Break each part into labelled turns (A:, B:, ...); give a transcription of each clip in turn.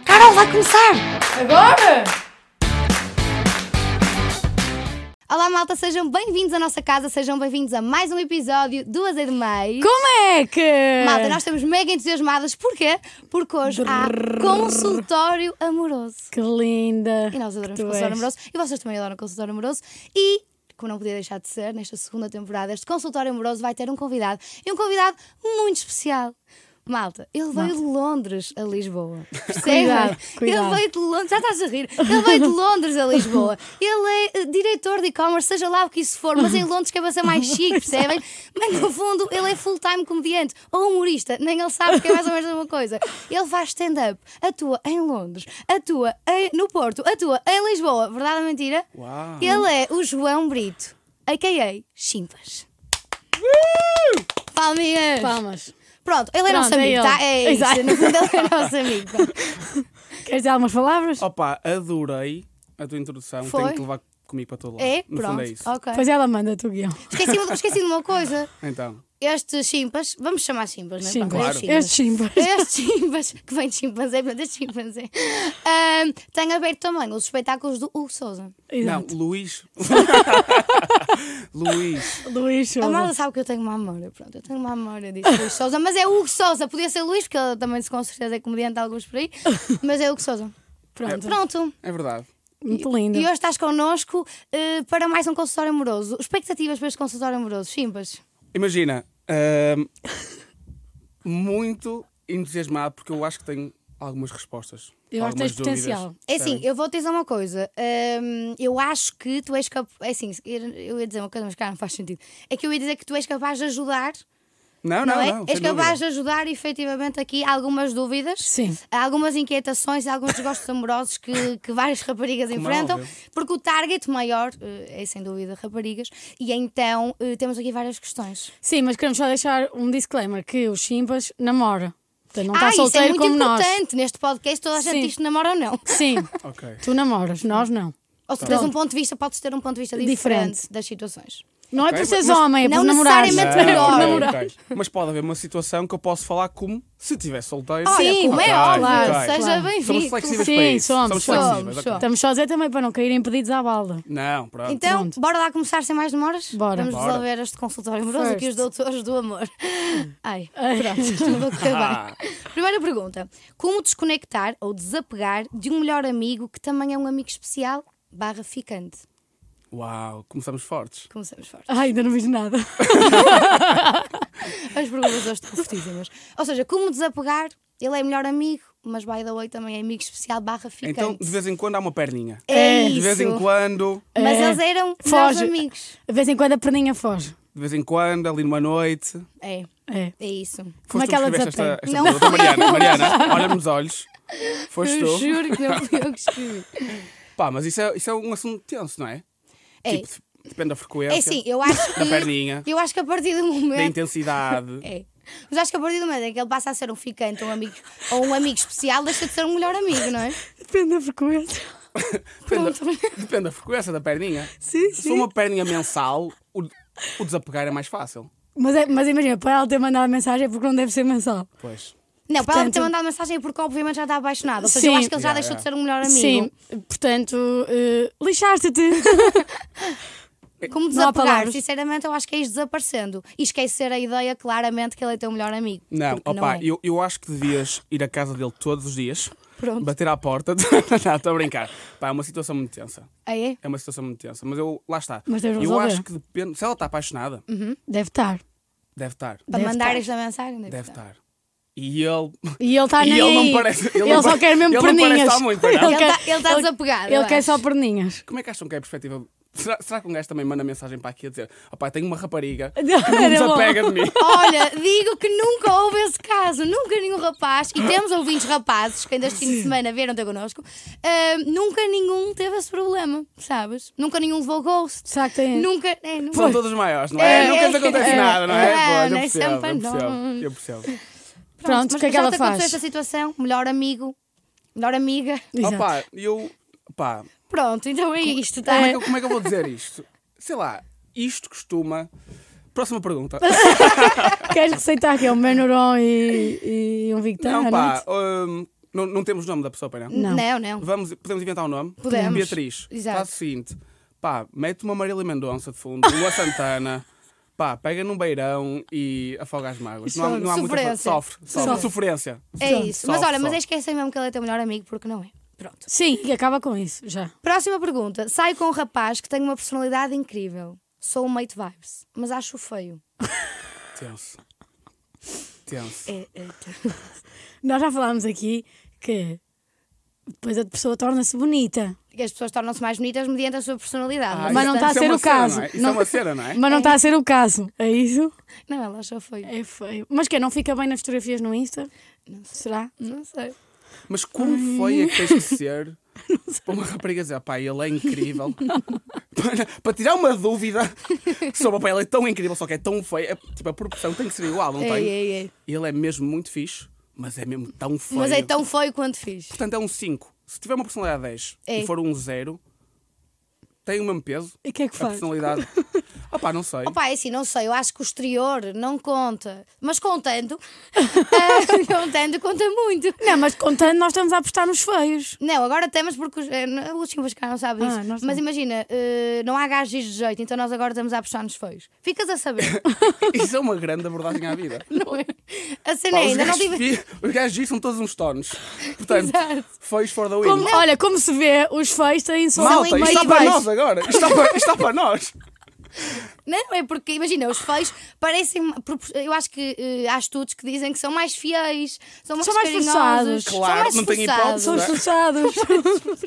A: Então vai começar!
B: Agora?
A: Olá, malta, sejam bem-vindos à nossa casa, sejam bem-vindos a mais um episódio do Azeite Mais.
B: Como é que?
A: Malta, nós estamos mega entusiasmadas, porquê? Porque hoje há consultório amoroso.
B: Que linda.
A: E nós adoramos
B: Que tu
A: consultório
B: és.
A: amoroso, e vocês também adoram consultório amoroso, e... Como não podia deixar de ser, nesta segunda temporada, este consultório amoroso vai ter um convidado. E um convidado muito especial. Malta, ele veio de Londres a Lisboa. Percebem?
B: Cuidado, cuidado.
A: Ele veio de Londres, já estás a rir. Ele veio de Londres a Lisboa. Ele é eh, diretor de e-commerce, seja lá o que isso for, mas em Londres que é para ser mais chique, percebem? Mas no fundo, ele é full-time comediante ou humorista, nem ele sabe que é mais ou menos a mesma coisa. Ele faz stand-up, atua em Londres, atua em- no Porto, atua em Lisboa. Verdade ou mentira?
C: Uau.
A: Ele é o João Brito, a.k.a. Chimpas. Palminhas!
B: Palmas.
A: Pronto, ele é
B: Pronto,
A: nosso
B: é
A: amigo,
B: ele.
A: tá? É isso,
B: Exato.
A: no fundo ele é nosso amigo.
B: Queres dizer algumas palavras?
C: Opa, adorei a tua introdução.
A: Foi?
C: Tenho que levar comigo para todo lado.
A: É?
C: no
A: Pronto.
C: fundo é isso.
A: ok.
B: Pois ela manda tu, Guião.
A: Esqueci, esqueci de uma coisa.
C: Então,
A: Estes chimpas, vamos chamar chimpas, não é?
B: Chimpas.
A: Pronto,
C: Claro.
A: estes
B: Estes
A: chimpas.
B: chimpas.
A: Estes chimpas, que vem de chimpanzé, portanto, estes chimpanzé. Ahm, tenho aberto também os espetáculos do Hugo Souza.
C: não,
B: Exato.
C: Luís. Luís.
B: Luís
A: A
B: Sousa.
A: Marla sabe que eu tenho uma memória, pronto, eu tenho uma memória disso, Luís Souza, mas é Hugo Souza, podia ser Luís, porque ele também se com certeza é comediante, alguns por aí, mas é Hugo Souza.
B: Pronto.
A: Pronto.
C: É verdade.
A: E
B: Muito
A: hoje
B: linda.
A: estás connosco eh, para mais um consultório amoroso. Expectativas para este consultório amoroso, chimpas.
C: Imagina, ahm, muito entusiasmado porque eu acho que tenho algumas respostas.
B: Eu acho que tens
C: algumas dúvidas.
B: potencial.
A: É assim,
C: Sabem?
A: eu vou te dizer uma coisa. Hum, eu acho que tu és capaz. É assim, eu ia dizer uma coisa, mas cara, não faz sentido. É que eu ia dizer que tu és capaz de ajudar,
C: Não,
A: não,
C: não,
A: é?
C: não.
A: és
C: sem dúvida.
A: capaz de ajudar, efetivamente, aqui algumas dúvidas,
B: Sim.
A: algumas inquietações, alguns desgostos amorosos que, que várias raparigas
C: Como é
A: enfrentam,
C: óbvio.
A: porque o target maior eh, é, sem dúvida, raparigas. E então eh, temos aqui várias questões.
B: Sim, mas queremos só deixar um disclaimer: que os chimpas namora. Portanto, não está
A: ah, isso é
B: solteiro
A: muito
B: como nós.
A: importante neste podcast, toda a gente
B: Sim.
A: diz que namora ou não.
B: Sim.
C: Ok.
B: Tu namoras, nós não.
A: Ou se
B: Pronto.
A: tens um ponto de vista, podes ter um ponto de vista
B: Diferente.
A: diferente. das situações.
B: Não é
C: Ok,
B: por seres
C: mas-
B: homem, é por
A: Não
B: namorares.
A: necessariamente
B: É por
A: melhor.
C: Ah, ok,
B: namorar.
C: ok. Mas pode haver uma situação que eu posso falar como se estivesse solteiro.
A: Olha,
B: Sim,
A: como é
C: ok,
A: óbvio,
B: claro,
A: seja
B: claro.
C: Somos
A: bem-vindo.
C: flexíveis
B: Sim,
C: para isso.
B: somos,
C: flexíveis.
A: somos,
C: ok.
A: somos.
B: Estamos só a dizer também para não caírem pedidos à balda.
C: Não, pronto.
A: Então,
B: Pronto.
A: bora lá começar sem mais demoras?
B: Bora.
A: Vamos
C: Bora.
A: resolver este consultório amoroso aqui, os
B: First.
A: doutores do amor. Ai,
B: Ai.
A: pronto, vou acabar. Primeira pergunta: Como desconectar ou desapegar de um melhor amigo que também é um amigo especial? Barra ficante.
C: Uau, começamos fortes.
A: Começamos forte.
B: Ai, ainda não fiz nada.
A: As perguntas hoje estão fortíssimas. Ou seja, como desapegar? Ele é melhor amigo, mas by the way também é amigo especial barra ficante.
C: Então, de vez em quando há uma perninha.
A: é, isso.
C: De vez em quando,
A: Mas
B: É.
A: eles eram melhores
B: Foge.
A: amigos.
B: De vez em quando a perninha foge.
C: de vez em quando, ali numa noite.
A: É,
B: É.
A: é isso.
B: Como é
C: Foste tu
B: que ela
C: escreveste esta,
B: desapega?
C: esta
A: Não
C: pergunta,
A: fui
C: Mariana,
A: eu.
C: Mariana, olha-me nos olhos. Foste
A: Eu
C: tu.
A: juro que não fui eu que escrevi.
C: Pá, mas isso é, isso é um assunto tenso, não é?
A: É,
C: Tipo, depende da frequência,
A: é sim, eu acho
C: da
A: que.
C: perninha,
A: Eu acho que a partir do
C: da
A: momento.
C: intensidade.
A: É. Mas acho que a partir do momento em que ele passa a ser um ficante um amigo, ou um amigo especial, deixa de ser um melhor amigo, não é?
B: Depende da frequência.
C: Depende, da- depende da frequência da perninha.
B: Sim,
C: Se for uma perninha mensal, o, o desapegar é mais fácil.
B: Mas, é- mas imagina, para ela ter mandado mensagem é porque não deve ser mensal.
C: Pois.
A: Não, para ela
B: Portanto-
A: ter mandado mensagem é porque obviamente já está apaixonado. Ou seja, eu
B: Sim.
A: acho que ele já
C: Yeah,
A: deixou de
C: yeah.
A: ser um melhor amigo.
B: Sim, portanto, eh, lixaste-te.
A: Como
B: Não há
A: desapegar?
B: palavras.
A: Sinceramente, eu acho que é ir desaparecendo e esquecer a ideia claramente que ele é teu melhor amigo.
C: Não,
A: Porque
C: opá,
A: é.
C: eu, eu acho que devias ir à casa dele todos os dias,
A: Pronto.
C: bater à porta. não, estou a brincar. Pá, é uma situação muito tensa.
A: Ah, é?
C: É uma situação muito tensa. Mas eu, lá está.
B: Mas tens de
C: eu
B: resolver.
C: acho que depende. Se ela está apaixonada,
B: Deve estar.
C: deve estar.
A: Para
B: Deve
A: mandar
B: estar.
A: esta mensagem?
C: Deve estar. E ele.
B: E ele está
C: E
B: nem
C: ele não
B: aí.
C: parece- ele
B: Ele,
C: não
B: só
C: pare-
B: quer mesmo
C: ele não parece
B: perninhas.
C: estar muito, não? Ele
B: quer-
A: tá- ele tá
B: ele-
A: desapegado, eu
B: Ele quer só
A: acho.
B: perninhas.
C: Como é que acham que é a perspectiva? Será, será que um gajo também manda mensagem para aqui a dizer: opá, tenho uma rapariga que não
B: Era bom.
C: desapega de mim?
A: Olha, digo que nunca houve esse caso, nunca nenhum rapaz, e temos ouvintes rapazes que ainda este fim de semana vieram ter connosco, ahm, nunca nenhum teve esse problema, sabes? Nunca nenhum levou ghost.
B: Será que tem.
A: Nunca. É, nunca.
C: São todos maiores, não é?
A: É,
C: Nunca lhes
A: é,
C: acontece
A: é,
C: nada, não
A: é,
C: é?
A: não é
C: Pois, eu percebo,
A: sempre
C: eu
A: não.
C: percebo. Eu percebo.
B: Pronto, o
A: mas
B: que é que
A: já
B: ela
A: te aconteceu
B: faz?
A: esta situação, melhor amigo, melhor amiga.
B: Exato.
C: Opá, eu. Pá,
A: Pronto, então é isto, tá?
C: como é, que, eu- como é que eu vou dizer isto? Sei lá, isto costuma. Próxima pergunta.
B: Queres receitar que é um Benuron e, e um Victor?
C: Não,
B: à
C: pá,
B: noite?
C: hum, Não, não temos o nome da pessoa, pai, não?
B: Não.
A: Não, não.
C: Vamos, podemos inventar um nome?
A: Podemos.
C: Beatriz,
A: Exato.
C: faz o seguinte: pá, mete uma Marília Mendonça de fundo, Lua Santana, pá, pega num beirão e afoga as mágoas. Não há, não há muita coisa.
A: Sofrência.
C: Sofre, sofre.
B: Sofre.
C: Sofrência.
A: É
B: Pronto,
A: isso.
C: sofre,
A: Mas olha, mas
C: sofre.
A: esquecem mesmo que ele é teu melhor amigo porque não é. Pronto.
B: Sim, e acaba com isso, já.
A: Próxima pergunta. Saio com um rapaz que tem uma personalidade incrível. Sou um mate vibes, mas acho feio.
C: Tenso. Tenso.
A: É, é.
B: Nós já falámos aqui que depois a pessoa torna-se bonita.
A: Que as pessoas tornam-se mais bonitas mediante a sua personalidade. tá
C: Ah,
B: Mas não
A: portanto-
B: está a
C: isso
B: ser
C: é uma
B: o
C: cena,
B: caso.
C: não é? Isso
B: Não-
C: é uma cena, não é?
B: Mas não está a ser o caso, é isso?
A: Não, ela achou feio.
B: É feio. Mas que não fica bem nas fotografias no Insta?
A: Não sei.
B: Será?
A: Não sei.
C: Mas como foi é que tens que ser para uma rapariga dizer, pá, ele é incrível? para, para tirar uma dúvida sobre, pá, ele é tão incrível, só que é tão feio. É, tipo, a proporção tem que ser igual, não
A: Ei,
C: tem?
A: ei, ei.
C: Ele é mesmo muito fixe, mas é mesmo tão feio.
A: Mas é tão feio quanto fiz.
C: Portanto, é um 5. Se tiver uma personalidade 10
A: É.
C: e for um 0, tem o mesmo peso?
B: E o que é que
C: a
B: faz?
C: personalidade. Ah, pá, não sei.
A: Opa, é assim, não sei, eu acho que o exterior não conta. Mas contando, eh, contando, conta muito.
B: Não, mas contando, nós estamos a apostar nos feios.
A: Não, agora temos porque os, eh, não- o Chimbas cá não sabe disso.
B: Ah, nós
A: mas
B: não.
A: imagina, eh, não há gajos de jeito, então nós agora estamos a apostar nos feios. Ficas a saber,
C: Isso é uma grande abordagem à vida.
A: não é? A cena
C: Pá,
A: é,
C: os,
A: ainda não
C: gajos
A: tive.
C: fi- os gajos G são todos uns tones. Portanto,
A: Exato.
C: feios for the win.
B: Como- olha, como se vê, os feios têm só
A: São
C: Malta,
A: em
C: isto
A: meio
C: está
A: e
C: para
A: baixo.
C: nós agora. Isto está para, isto está para nós.
A: Não, é porque, imagina, os feios parecem. propor- Eu acho que eh, há estudos que dizem que são mais fiéis, são mais,
B: São mais
A: carinhosos,
B: forçados.
A: são
C: Claro,
A: mais
C: não tenho
A: forçados.
C: hipótese,
B: São esforçados.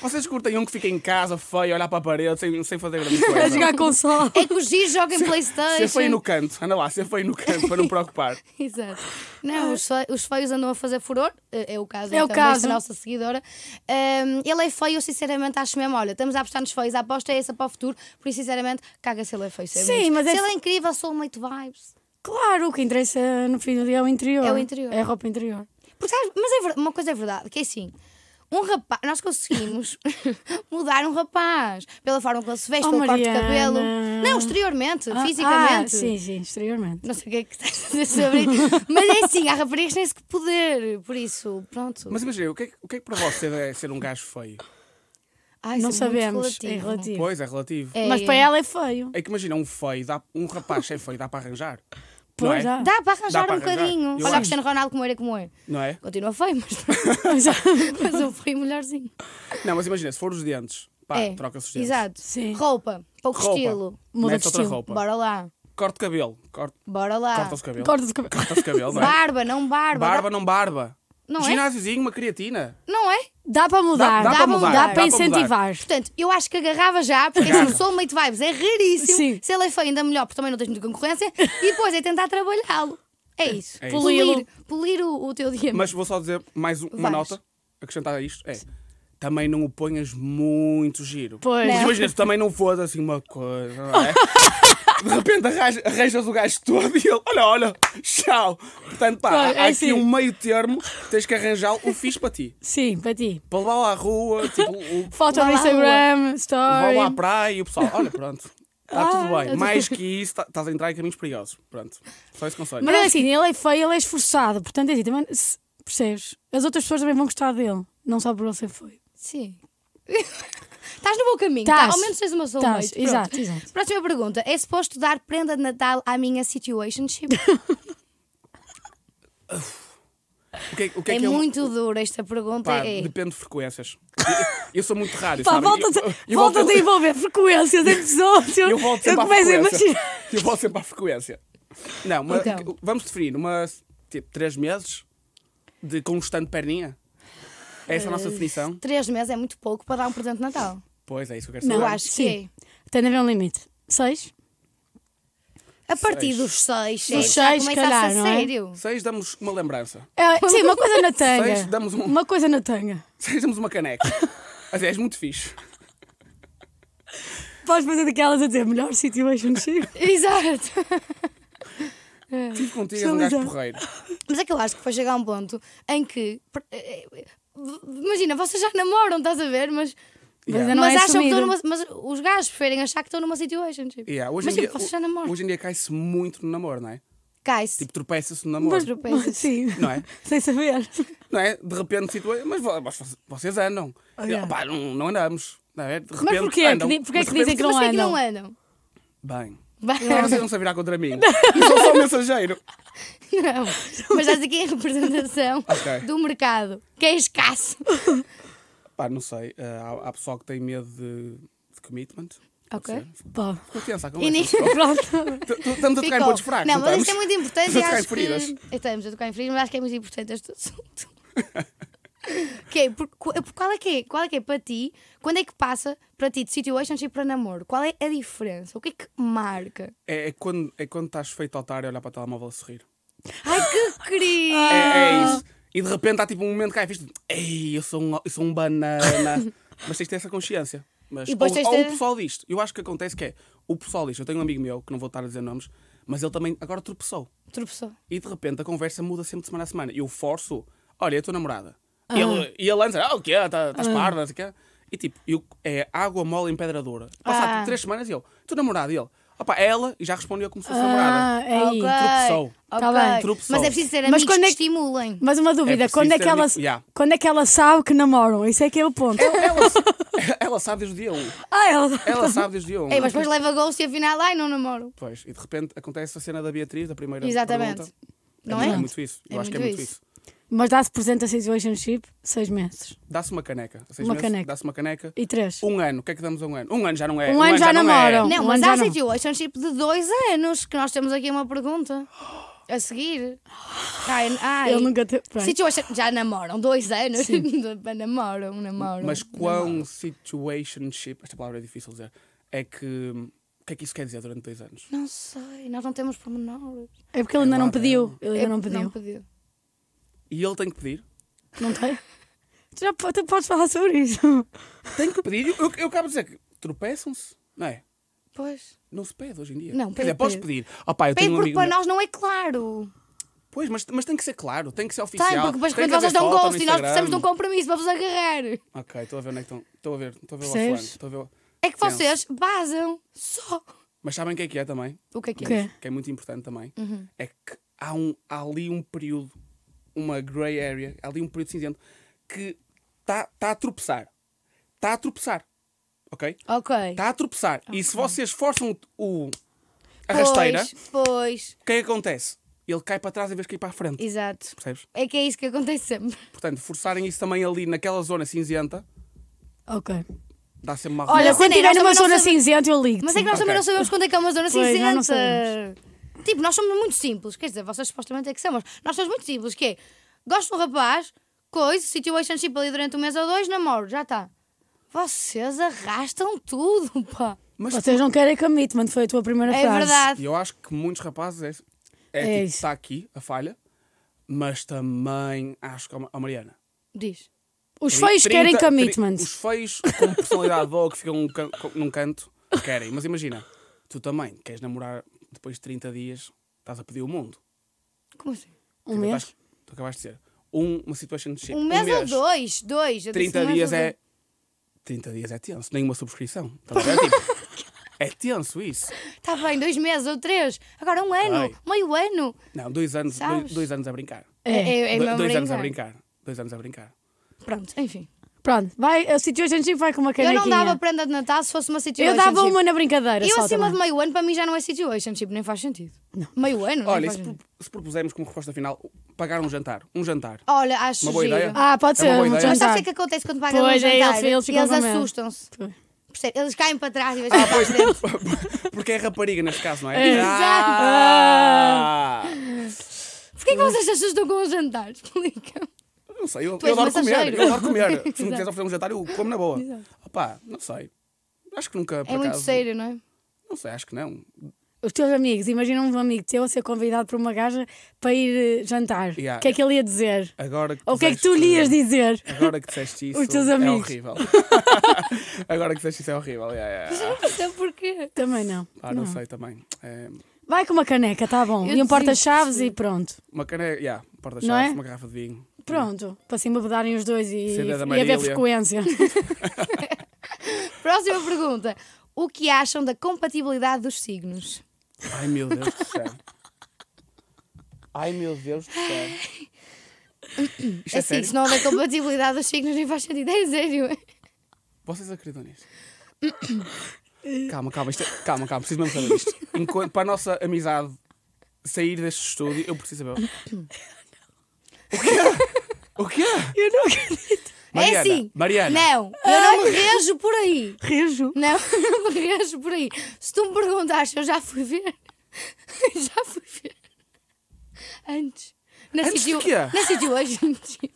C: Vocês curtem um que fica em casa, feio, a olhar para a parede, sem, sem fazer grande
B: a
C: coisa.
B: jogar console.
A: É que os Gis jogam Playstation.
C: Ser feio no canto. Anda lá, ser feio no canto, para não preocupar.
A: Exato. Não, os, fe- os feios andam a fazer furor, é é o caso
B: É o
A: então,
B: caso.
A: desta nossa seguidora. Ahm, ele é feio, eu sinceramente acho mesmo, olha, estamos a apostar nos feios, a aposta é essa para o futuro, por isso sinceramente, caga se ele é feio. Se é
B: Sim,
A: bonito.
B: mas
A: se
B: é
A: ele é incrível, sou o muito vibes.
B: Claro, o que interessa no fim do dia é o interior.
A: É o interior.
B: É a roupa interior.
A: Porque, sabes, mas é ver- uma coisa é verdade, que é assim. Um rapaz, nós conseguimos mudar um rapaz pela forma como ele se veste,
B: Oh,
A: pelo corte de cabelo.
B: Mariana.
A: Não, exteriormente,
B: Ah,
A: Então, fisicamente.
B: ah, sim, sim, exteriormente.
A: Não sei o que é que estás a dizer sobre isso. Mas é assim, há raparigas que têm esse poder. Por isso, pronto.
C: Mas imagina, o que é, que- o que é que para vocês é ser um gajo feio?
A: Ai,
B: não
A: isso é muito
B: sabemos. É relativo.
C: Pois, é relativo.
A: É.
B: Mas para ela é feio.
C: É que imagina, um feio, dá, um rapaz sem feio dá para arranjar. não é?
B: Pois, ah.
A: Dá para arranjar
C: Dá para
A: um
C: arranjar.
A: bocadinho.
C: Eu
A: Olha o
C: acho.
A: Cristiano Ronaldo como era como é.
C: Não é?
A: Continua feio, mas,
B: Mas, ah,
A: mas eu fui melhorzinho.
C: Não, mas imagina, se for os dentes, pá,
A: é.
C: troca-se os dentes.
A: Exato.
B: Sim.
A: Roupa, pouco
C: Roupa,
A: estilo.
B: Muda
C: mete
B: de
C: outra
B: estilo.
C: roupa.
A: Bora lá,
C: Corte de cabelo, corte,
A: bora lá.
C: corta-se o cabelo.
B: Corta de cabelo.
C: Corta-se o cabelo, não é?
A: Barba, não barba.
C: Barba,
A: Dá-
C: não barba.
A: Não é?
C: Ginásiozinho, uma creatina.
A: Não é?
B: Dá para mudar.
C: dá
A: para mudar,
B: Dá
A: dá
B: para
C: para
B: incentivar.
A: Portanto, eu acho que agarrava já, porque se eu sou um mate vibes, é raríssimo.
B: Sim.
A: Se ele é feio, ainda melhor, porque também não tens muita concorrência. E depois é tentar trabalhá-lo. É isso.
C: É isso.
A: Polir, polir o, o teu
B: É
A: diamante.
C: Mas vou só dizer mais um- uma
A: Vais.
C: nota, acrescentar a isto, é... Também não o ponhas muito giro.
B: Pois.
C: Porque
A: Não.
C: imagina, se também não fosse assim uma coisa, não é? De repente arranja- arranjas o gajo todo e ele, olha, olha, tchau. Portanto, pá,
B: Pois, é
C: há
B: assim.
C: aqui um meio termo, tens que arranjar o fixe para ti.
B: Sim, para ti.
C: Para levá-lo à rua, tipo, o,
B: Foto
A: Lá,
B: no
A: lá,
B: Instagram,
C: Vão lá à
B: story.
C: praia e o pessoal, olha, pronto, está
B: Ah,
C: tudo bem. Mais que isso, tá- estás a entrar em caminhos perigosos. Pronto, só esse conselho.
B: Mas é assim, ele é feio, ele é esforçado. Portanto, é assim, também, se- percebes? As outras pessoas também vão gostar dele. Não só por ele ser feio.
A: Sim. Estás no bom caminho,
B: Tás.
A: tá? ao menos tens uma soulmate.
B: Tás,
A: Pronto.
B: exato, exato.
A: Próxima pergunta: é suposto dar prenda de Natal à minha situationship?
C: O que é, o que,
A: É,
C: é, que é um-
A: muito dura esta pergunta.
C: Pá,
A: é.
C: depende de frequências. Eu, eu sou muito raro,
B: Pá,
C: sabem?
B: volta-te
C: Eu- eu- eu
B: volta
C: volto-
B: a envolver frequências, episódios.
C: Eu volto sempre à
B: começo a
C: frequência.
B: imaginar.
C: Eu volto sempre à frequência. Não, mas
A: Então.
C: vamos definir uma, tipo, três meses de constante perninha? Essa é a
B: Eh,
C: nossa definição?
A: Três meses é muito pouco para dar um presente de Natal.
C: Pois é, isso que eu quero
B: Não,
C: saber.
A: Eu acho que
B: Sim. Tem de haver um limite. Seis?
A: é. A partir
C: Seis.
A: dos seis,
B: Dos
A: é, já
B: seis,
A: começa a
B: calhar,
A: ser
B: não é?
A: sério.
C: Seis, damos uma lembrança.
B: É, sim, uma coisa na tanga.
C: Seis, damos um-
B: Uma coisa na tanga.
C: Seis, damos uma caneca. Mas é, és muito fixe.
B: Podes fazer daquelas a dizer melhor situationship.
A: Exato.
C: Tive contigo, és um gajo
B: Especializado.
C: porreiro.
A: Mas é que eu acho que foi chegar a um ponto em que. per- eh, eh, Imagina, vocês já namoram, estás a ver? Mas.
B: Mas
C: Yeah.
B: ainda não
A: mas
B: é
A: acham que
B: assumido.
A: estão numa. Mas os gajos preferem achar que estão numa situationship.
C: Yeah, hoje,
A: mas
C: em
A: tipo,
C: dia,
A: vocês já namoram.
C: hoje em dia cai-se muito no namoro, não é?
A: Cai-se.
C: Tipo, tropeça-se no namoro.
A: Mas tropeças.
B: Sim.
C: Não é?
B: Sem saber.
C: Não é? De repente situa. Mas vo- vos- vocês andam.
A: Ah,
B: Olha.
A: é.
C: Eu, pá, não, não andamos. Não é? De repente,
B: Mas porquê?
C: Andam,
B: Que di- porquê
C: mas
B: que
C: de repente-
B: dizem que
A: Mas
B: não
A: porquê que não
B: andam?
A: andam?
C: Bem,
A: Vai.
C: agora vocês não se virar contra mim. Eu sou só mensageiro.
A: Não, mas estás aqui em representação
C: Ok.
A: do mercado, que é escasso.
C: Pá, não sei. ah, há, há pessoal que tem medo de, de commitment. Pode
A: Ok.
C: ser.
B: Pá.
C: Ficou tensa a
A: E nem-
C: conversa.
B: Pronto.
C: Tu- tu- Estamos a tocar em
A: Ficou.
C: pontos fracos. tá?
A: Não, mas isto é
C: estamos?
A: muito importante.
C: Estamos
A: e
C: a tocar em
A: acho
C: feridas.
A: que... Estamos a tocar em feridas, mas acho que é muito importante este assunto. que é, por, qu- por qual, é que é, qual é que é para ti? Quando é que passa para ti de situationship para namoro? Qual é a diferença? O que é que marca?
C: É, é quando, é quando estás feito otário a olhar para o telemóvel a sorrir.
A: Ai que querido!
C: É, é
A: Ah.
C: isso. E de repente há tipo um momento que aí fiz Ei, eu sou um, eu sou um banana. Mas tens de ter essa consciência. Mas,
A: E depois
C: ou,
A: tens de
C: ou
A: ter-
C: o pessoal disto. Eu acho que acontece que é o pessoal disto. Eu tenho um amigo meu, que não vou estar a dizer nomes, mas ele também agora tropeçou.
A: Tropeçou.
C: E de repente a conversa muda sempre de semana a semana. Eu forço, olha, é a tua namorada. E ele, e ele antes, ah, o quê? Tá- Estás parda, não sei o quê. E tipo, eu, é água mole em pedra dura. Passado
A: Ah.
C: tipo, três semanas e eu, tua namorada, e ele, opá, ela, e já respondeu como se fosse
B: Ah,
C: namorada.
B: é aí.
A: Ok,
C: tropeçou.
B: Tá
A: ok.
B: bem.
C: Tropeçou.
A: Mas é preciso ter
B: Mas
A: amigos
B: quando
A: que
B: é que-
A: estimulem.
B: Mas uma dúvida,
C: É preciso
B: quando, é
C: ter
B: que ela,
C: amigo- Yeah.
B: quando é que ela sabe que namoram? Isso é que é o ponto.
C: Ela, ela sabe desde o dia 1.
B: Ah, ela.
C: Ela sabe desde o
A: Então, Ei,
C: dia 1.
A: mas depois leva gol se afinal, ai não namoro.
C: Pois, e de repente acontece a cena da Beatriz, da primeira
A: Exatamente.
C: pergunta.
A: Não
C: muito-
A: é?
C: muito isso.
A: É
C: Eu acho que é
A: muito
C: muito isso.
B: Mas dá-se presente a situationship seis meses.
C: Dá-se uma caneca. Seis
B: Uma
C: meses,
B: caneca.
C: Dá-se uma caneca.
B: E três.
C: Um ano. O que é que damos a um ano? Um ano já não é.
B: Um ano já
C: não é.
B: namoram.
A: Não,
B: um
A: mas
B: ano
A: há
B: já não.
A: situationship de dois anos que nós temos aqui uma pergunta a seguir. Ai, ai.
B: Ah, Ele nunca teve. pronto.
A: Situation- Já namoram, dois anos. namoram, namoram.
C: é. Mas
A: namoram.
C: quão situationship, esta palavra é difícil de dizer, é que. O que é que isso quer dizer durante dois anos?
A: Não sei, nós não temos pormenores.
B: É porque ele ainda não
C: Agora,
B: pediu. Ele ainda
A: É,
B: não pediu.
C: E ele tem que pedir?
B: Não tem? Tu já po- tu podes falar sobre isso.
C: Tem que pedir? Eu, eu acabo de dizer que tropeçam-se, não é?
A: Pois.
C: Não se pede hoje em dia.
A: Não,
C: Quer dizer,
A: pede,
C: podes
A: pede.
C: pedir. Oh, pá, eu
A: Bem,
C: tenho um
A: porque
C: amigo
A: para
C: meu-
A: nós não é claro.
C: Pois, mas, mas tem que ser claro, tem que ser oficial.
A: Tem, porque depois
C: tem
A: quando
C: que haver
A: vocês dão
C: foto no
A: ghost e nós
C: Instagram.
A: precisamos de um compromisso para vos agarrar.
C: Ok, estou a ver onde é que estão. Estou a ver, estou a ver o
B: Percebes?
C: offline. Estou a ver. o-
A: É que
C: Tenso.
A: vocês basam só.
C: Mas sabem o que é que é também?
A: O que é que
B: O quê?
A: é?
C: Que é muito importante também. É que há, um, há ali um período, uma grey area, há ali um período cinzento que está tá a tropeçar. Está a tropeçar. Ok?
A: Ok.
C: Está a tropeçar. E se vocês forçam o,
A: Pois,
C: a Tá rasteira,
A: Pois,
C: o que é que acontece? Ele cai para trás em vez de cair para a frente.
A: exato.
C: Percebes?
A: É que é isso que acontece sempre.
C: Portanto, forçarem isso também ali naquela zona cinzenta,
B: Ok.
C: dá sempre uma
B: Olha,
A: Mas,
B: quando
A: Sandra,
B: tiver
A: nós
B: numa
A: também não
B: zona
A: sabemos-
B: cinzenta, eu ligo.
A: Mas é que nós também
C: Ok.
A: não sabemos quando é que é uma zona
B: Pois, nós não
A: cinzenta. Tipo, nós somos muito simples. Quer dizer, vocês supostamente é que são, mas nós somos muito simples. Que é, gosto de um rapaz, coisa, situationship ali durante um mês ou dois, namoro, já está. Vocês arrastam tudo, pá.
C: Mas
B: Vocês não querem commitment, foi a tua primeira
A: É
B: frase.
C: E
A: verdade.
C: eu acho que muitos rapazes é, isso.
B: É
C: é,
B: isso.
C: está aqui a falha, mas também acho que é a Ma- a Mariana.
A: Diz.
B: Os feios
C: Trinta-
B: querem
C: tri-
B: commitment.
C: Os feios com personalidade boa que ficam num, can- com- num canto querem. Mas imagina, tu também queres namorar depois de 30 dias, estás a pedir o mundo.
A: Como assim?
B: Um
C: Tu
B: mês.
C: acabaste- Tu acabaste de dizer. Um, uma situação de
A: Um mês, ou dois? Dois. Eu disse
C: 30
A: um mês
C: dias
A: ou
C: é. 30 dias é tenso, nem uma subscrição. Estás a ver? Tipo, é tenso isso.
A: dois. Tá bem, dois meses ou três. Agora um ano,
C: Ai.
A: meio ano.
C: Não, dois anos, dois,
A: Sabes?
C: dois anos a brincar.
A: É,
B: É.
A: é, é
C: Do-
A: mesmo
C: dois anos a
A: brincar.
C: brincar. Dois anos a brincar.
A: Pronto, enfim.
B: Pronto, vai, a situationship vai com uma
A: Eu
B: canequinha.
A: não dava prenda de Natal se fosse uma
B: Eu
A: situationship.
B: dava uma na brincadeira.
A: Eu
B: só
A: acima
B: também.
A: de meio ano, para mim já não é situationship, nem faz sentido. Meio ano, não
C: Olha, e
A: faz
C: se,
A: sentido.
C: pro- se propusermos como resposta final pagar um jantar? Um jantar.
A: Olha, acho
C: Uma boa
A: giro.
C: ideia?
B: Ah, pode
C: É
B: ser.
C: uma boa
B: um
A: Mas
C: ideia.
A: sabes o
B: jantar.
A: que é que acontece quando pagam
B: Pois,
A: um
B: é,
A: jantar?
B: eles- eles ficam com medo. Ah,
A: assustam-se. Percebe? Eles caem para trás e vejam para a frente.
C: Porque é rapariga neste caso, não é?
B: É.
C: Ah!
A: Porquê que vocês se assustam com os jantares? Explica.
C: Não sei, eu,
A: Tu
C: eu
A: és
C: adoro comer.
A: massageiro.
C: Eu adoro comer. Se me quiseres oferecer um jantar, eu como na boa. Opá, não sei. Acho que nunca, por
A: É muito
C: acaso,
A: sério, não é?
C: Não sei, acho que não.
B: Os teus amigos, imagina um amigo teu a ser convidado por uma gaja para ir eh, jantar. O
C: Yeah.
B: que é que ele ia dizer?
C: Agora que
B: Ou o que é que tu
C: disseste-
B: lhe ias dizer?
C: Agora que disseste isso,
B: Os teus
C: é
B: amigos.
C: horrível. Agora que disseste isso, é horrível. Yeah, yeah, yeah.
B: é
A: Até porque.
B: Também não.
C: Pá, Ah, não sei também. É,
B: Vai com uma caneca, tá bom.
A: Eu
B: e um porta-chaves e pronto.
C: uma caneca, yeah, porta-chaves,
B: Não é?
C: uma garrafa de vinho.
B: Pronto. Para se embebedarem os dois e,
C: CD
B: e
C: é da
B: haver
C: Marília.
B: frequência.
A: Próxima pergunta. O que acham da compatibilidade dos signos?
C: Ai meu Deus do céu. Ai meu Deus do céu. Isto é,
A: assim,
C: sério?
A: se não houver compatibilidade dos signos, nem faz sentido. É sério.
C: Vocês acreditam nisto? calma, calma, isto é- calma, calma, preciso mesmo saber isto. Enquanto, para a nossa amizade sair deste estúdio, eu preciso saber. O quê? O quê?
B: Eu não acredito.
A: é
C: Mariana,
A: assim.
C: Mariana.
A: Não, eu não me rejo por aí.
B: Rejo.
A: Não, eu não me rejo por aí. Se tu me perguntaste, se eu já fui ver. Já fui ver. Antes. Na
C: Antes de
A: sítio,
C: quê?
A: Na sítio hoje. tipo.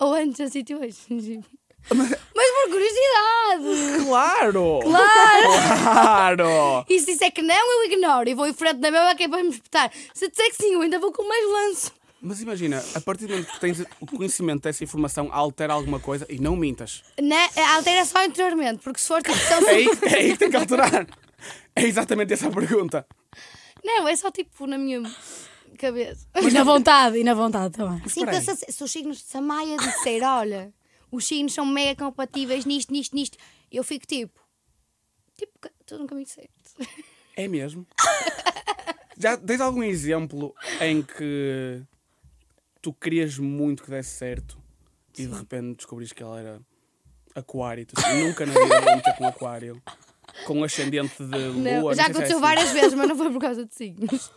A: Ou antes da sítio hoje. tipo. Mas por curiosidade.
C: Claro! Claro! Claro!
A: E se disser que não, eu ignoro e vou em frente da mesma que é para me espetar. Se disser que sim, eu ainda vou com mais lanço.
C: Mas imagina, a partir do momento que tens o conhecimento dessa informação, altera alguma coisa e não mintas.
A: Na, altera só interiormente, porque se for tipo. São...
C: É aí, é aí que tem que alterar. É exatamente essa a pergunta.
A: Não, é só tipo na minha cabeça.
B: E na vontade, e na vontade também.
A: Sim,
C: espera aí.
A: se, assim, se os signos de Samaia disser, olha, os signos são mega compatíveis nisto, nisto, nisto, eu fico tipo. Tipo, estou no caminho certo.
C: É mesmo? Já tens algum exemplo em que tu querias muito que desse certo e de repente descobriste que ela era aquário? Tu assim, nunca na vida vou meter com um aquário. Com um ascendente de lua.
A: Não,
C: não
A: já
C: sei se é
A: aconteceu
C: assim.
A: várias vezes, mas não foi por causa de signos.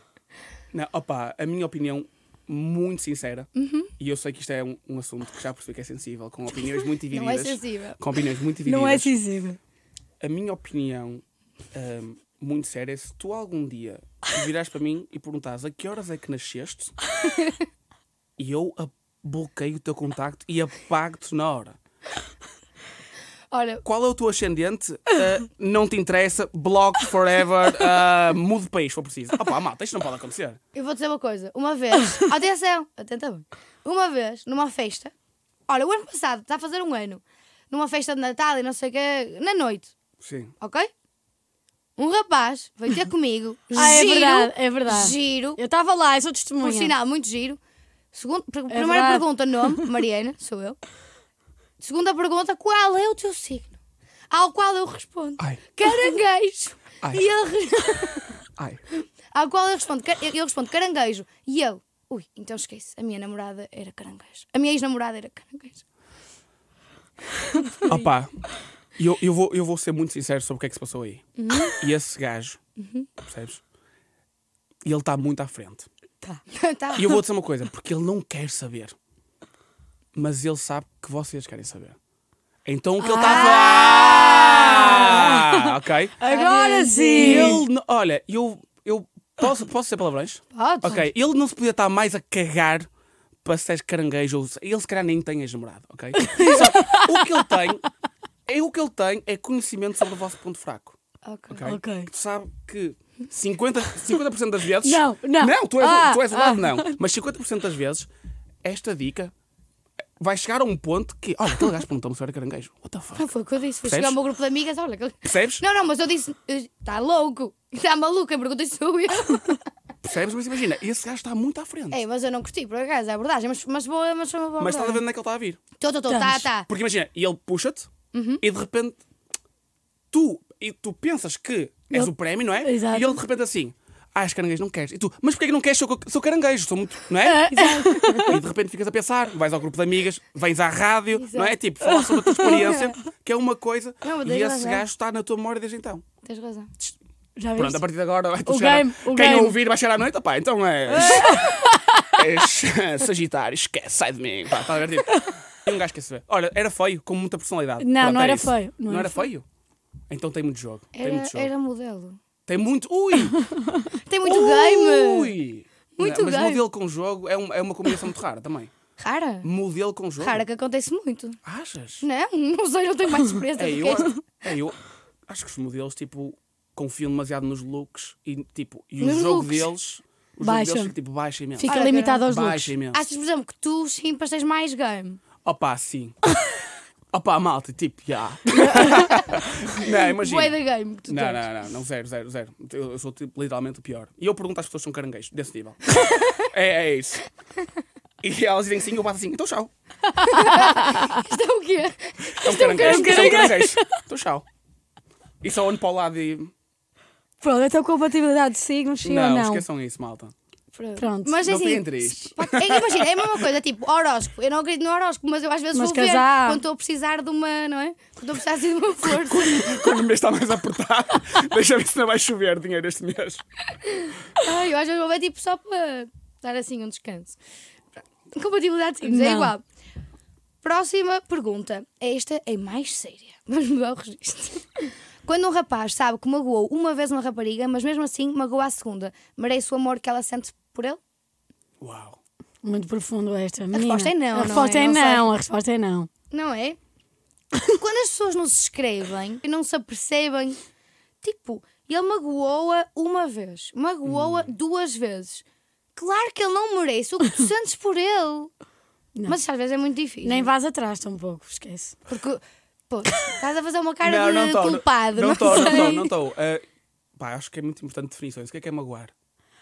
C: Não, opa, a minha opinião muito sincera,
A: Uhum.
C: e eu sei que isto é um, um assunto que já percebi que é sensível, com opiniões muito divididas.
A: Não é sensível.
C: Com opiniões muito divididas.
B: Não é sensível.
C: A minha opinião ahm, muito séria é se tu algum dia virás para mim e perguntares a que horas é que nasceste e eu a- bloqueio o teu contacto e apago-te na hora.
A: Olha,
C: Qual é o teu ascendente? Ah, não te interessa, block forever, ah, mude de país se for preciso. Opa, malta, isto não pode acontecer.
A: eu vou dizer uma coisa. Uma vez, atenção, atenta bem. Uma vez, numa festa, olha, o ano passado, está a fazer um ano, numa festa de Natal e não sei o que, na noite,
C: Sim.
A: ok? Um rapaz veio ter comigo.
B: Ah, é
A: giro,
B: verdade, é verdade.
A: Giro,
B: Eu estava lá, eu sou
A: Por
B: testemunha.
A: sinal, muito giro. Segundo,
C: É
A: pr- primeira
B: verdade.
A: pergunta, nome, Mariana, sou eu. Segunda pergunta, qual é o teu signo? Ao qual eu respondo,
C: Ai.
A: caranguejo.
C: Ai.
A: E ele, re-
C: Ai.
A: ao qual eu respondo, car- eu, eu respondo caranguejo. E ele, ui, então esquece, a minha namorada era caranguejo. A minha ex-namorada era caranguejo.
C: Opa, eu, eu, vou, eu vou ser muito sincero sobre o que é que se passou aí. E esse gajo, percebes? Ele está muito à frente.
B: Tá.
A: tá.
C: E eu vou dizer uma coisa, porque ele não quer saber. Mas ele sabe que vocês querem saber. Então o que ele está a falar. Ah, Ok?
B: Agora sim!
C: Ele. n- Olha, eu. eu posso, posso ser palavrões?
A: Podes.
C: Ok, ele não se podia estar mais a cagar para se és caranguejo ou se- ele se calhar nem tem ex-namorado, ok? Só, o que ele tem é o que ele tem é conhecimento sobre o vosso ponto fraco.
A: Ok.
C: Ok?
B: Ok.
C: Tu sabe que 50, 50% das vezes.
B: Não, não.
C: Não, tu és, o-
B: Ah,
C: tu és o
B: ah.
C: lado, não. Mas 50% das vezes, esta dica vai chegar a um ponto que. Olha, aquele gajo perguntou-me se eu era caranguejo. What the fuck?
A: Não foi o que eu disse, foi chegar
C: Percebes?
A: ao meu grupo de amigas, olha... que-
C: Percebes?
A: Não, não, mas eu disse, está louco, está maluco, quem perguntou isso sou eu.
C: Percebes? Mas imagina, esse gajo está muito à frente.
B: É,
A: Ei, mas eu não curti, por acaso, a abordagem, mas, mas boa, mas foi uma boa
C: mas estás a ver
A: abordagem.
C: onde é que ele está a vir.
A: Tô, tô, tô, tá,
B: Estamos.
A: tá.
C: Porque imagina, e ele puxa-te e de repente tu, e tu pensas que és
B: Ele-
C: o prémio, não é?
B: Exato.
C: E ele de repente assim, ah, és caranguejo, não queres. E tu, mas porquê que não queres? Sou, co- sou caranguejo, sou muito, não é? e de repente ficas a pensar, vais ao grupo de amigas, vens à rádio, não é? Tipo, falar sobre a tua experiência, que é uma coisa,
A: Não, mas
C: e
A: tens
C: esse
A: razão.
C: gajo está na tua memória desde então.
A: Tens razão.
B: Já viste?
C: Pronto, a partir de agora vai
B: O
C: chegar a-
B: game, o
C: Quem
B: game.
C: ouvir vai chegar à noite, pá, então é. És Sagitário, esquece, sai de mim. Pá, está a ver, tipo, E um gajo quer saber. Olha, era feio, com muita personalidade.
B: Não, não
C: é
B: era
C: isso.
B: feio,
C: Não, era feio? Então tem muito jogo. tem
A: Era,
C: muito jogo.
A: era modelo.
C: Tem muito. Ui!
A: Tem muito game!
C: Ui!
A: Muito
C: não, mas
A: game.
C: modelo com jogo é, um- é uma combinação muito rara também.
A: Rara?
C: Modelo com jogo.
A: Rara que acontece muito.
C: Achas?
A: Não, não sei, não tenho mais experiência.
C: É,
A: do que
C: eu,
A: isto.
C: é, eu acho que os modelos, tipo, confiam demasiado nos looks e, tipo, e o
A: Nos
C: jogo
A: looks.
C: deles. O
B: Baixa.
C: jogo deles, fica, tipo, baixa imenso.
B: Fica
A: Olha,
B: limitado aos looks.
C: Baixa imenso.
A: Achas, por exemplo, que tu, os simpas, tens mais game?
C: Opa, sim. Opa, malta, tipo, já. não, imagina.
A: Bué da game que tu
C: Não,
A: tens.
C: não, não, não, zero, zero, zero. Eu, eu sou tipo, literalmente o pior. E eu pergunto às pessoas se são caranguejos, desse nível. é, é isso. E elas dizem sim, eu passo assim, então tchau. um
A: Isto é o quê?
C: São caranguejos,
B: um caranguejo.
C: são caranguejos. Então tchau. E só olho para o lado e.
B: Pronto, então compatibilidade de signos, sim ou não?
C: esqueçam isso, malta.
A: Pronto.
B: Pronto.
A: Mas
C: Não
A: assim,
C: fiquem tristes.
A: pode- é que imagina, é a mesma coisa, tipo, horóscopo. Eu não acredito no horóscopo, mas eu às vezes
B: Mas
A: vou
B: casar.
A: ver quando estou a precisar de uma, não é? Quando estou a precisar assim, de uma força.
C: Quando o mês está mais apertado, deixa ver se não vai chover dinheiro este mês.
A: Ai, eu às vezes vou ver tipo só para dar assim um descanso. Compatibilidade simples, é
B: Não.
A: igual. Próxima pergunta. Esta é mais séria. Vamos mudar o registro. Quando um rapaz sabe que magoou uma vez uma rapariga, mas mesmo assim magoou à segunda, merece o amor que ela sente por ele?
C: Uau.
B: Muito profundo esta. menina.
A: resposta é não, não
B: A
A: é?
B: resposta é
A: Não sei.
B: não, a resposta é não.
A: Não é? Quando as pessoas não se escrevem e não se apercebem, tipo, ele magoou-a uma vez, magoou-a duas vezes. Claro que ele não merece o que tu sentes por ele. Mas às vezes é muito difícil.
B: Nem vás atrás tão pouco, esquece.
A: Porque, pô, estás a fazer uma cara de
C: tô,
A: culpado.
C: Não estou, não
A: sei.
C: estou, não estou. pá, acho que é muito importante definições. O que é que é magoar?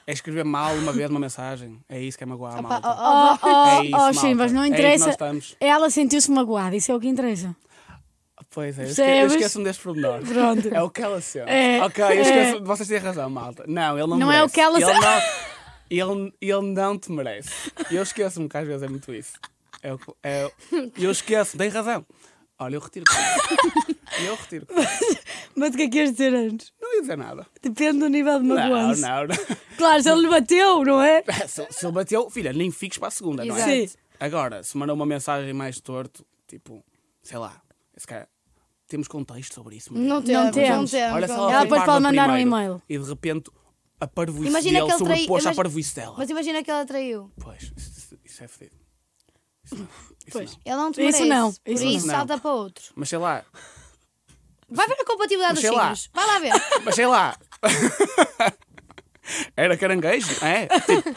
C: É escrever mal uma vez uma mensagem. É isso que é magoar a
A: Opa,
C: malta.
B: Oh,
A: oh, oh,
B: oh,
C: É isso,
B: oh,
C: malta.
B: Chimbas, não
C: É aí que
B: interessa.
C: nós estamos.
B: Ela sentiu-se magoada, isso é o que interessa.
C: Pois é, eu esque- eu
B: Percebes?
C: esqueço-me deste pormenor.
B: Pronto.
C: É o que ela sente.
B: É,
C: ok, eu
B: é.
C: esqueço. Vocês têm razão, malta. Não, ele não,
B: Não é
C: merece.
B: o que ela
C: ele
B: sente.
C: não, ele, ele não te merece. Eu esqueço-me que às vezes é muito isso. É o que- é- eu esqueço, tem razão. Olha, eu retiro. Eu retiro.
B: Mas o que é que ias dizer antes?
C: Não ia dizer nada.
B: Depende do nível de
C: Não,
B: magoança.
C: não, não.
B: Claro, se ele lhe bateu, não é?
C: Se, se ele bateu, filha, nem fiques para a segunda, não é?
B: Sim.
C: Agora, se mandou uma mensagem mais torto, tipo, sei lá, esse cara. Temos contexto sobre isso, Maria?
A: Não temos, não
B: temos.
A: temos.
C: Olha só,
B: Ela
C: foi
B: depois
C: parva
B: pode mandar um
C: primeiro.
B: e-mail.
C: E de repente a parvoíce
A: Imagina que
C: dele
A: ele trai-
C: sobrepôs à
A: imagi-
C: parvoíce dela.
A: Mas imagina que ela traiu.
C: Pois, isso, isso- isso é fedido. Isso não. Isso
B: Pois.
C: não.
A: Ele não te merece.
B: Isso não,
A: Por
B: isso
A: isso,
C: não.
A: salta para outro.
C: Mas sei lá,
A: Vai ver a compatibilidade
C: Mas
A: dos
C: sei lá.
A: filhos. Vai lá ver.
C: mas sei lá. Era caranguejo, é? Tipo,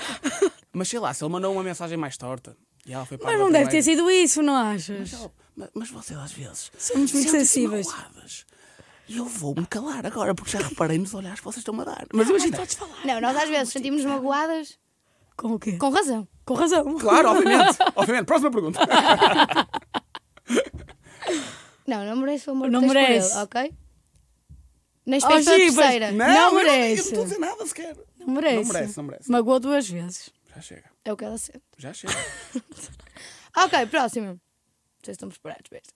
C: mas sei lá, se ele mandou uma mensagem mais torta e ela foi para
B: Mas não deve ter sido isso, não achas?
C: Mas, mas vocês às vezes
B: Somos muito
C: sentem-se
B: sensíveis.
C: magoadas. E eu vou-me calar agora porque já reparei nos olhares que vocês estão a dar. Mas imagina.
A: Não, nós às vezes sentimos magoadas
B: Com o quê? Com,
A: com razão.
B: razão.
C: Claro, obviamente. obviamente. Próxima pergunta.
A: Não, não merece o amor
B: Não
A: que tens por
B: merece.
A: ele, ok? Nas
B: Oh,
A: festas
B: Gibas,
A: da terceira.
B: Não
C: eu
B: merece.
C: Eu não estou a dizer nada sequer.
B: Não merece.
C: Não merece, não merece.
B: Magoou duas vezes.
C: Já chega.
A: É o que ela sente.
C: Já chega.
A: Ok, próximo. Vocês estão preparados para isto.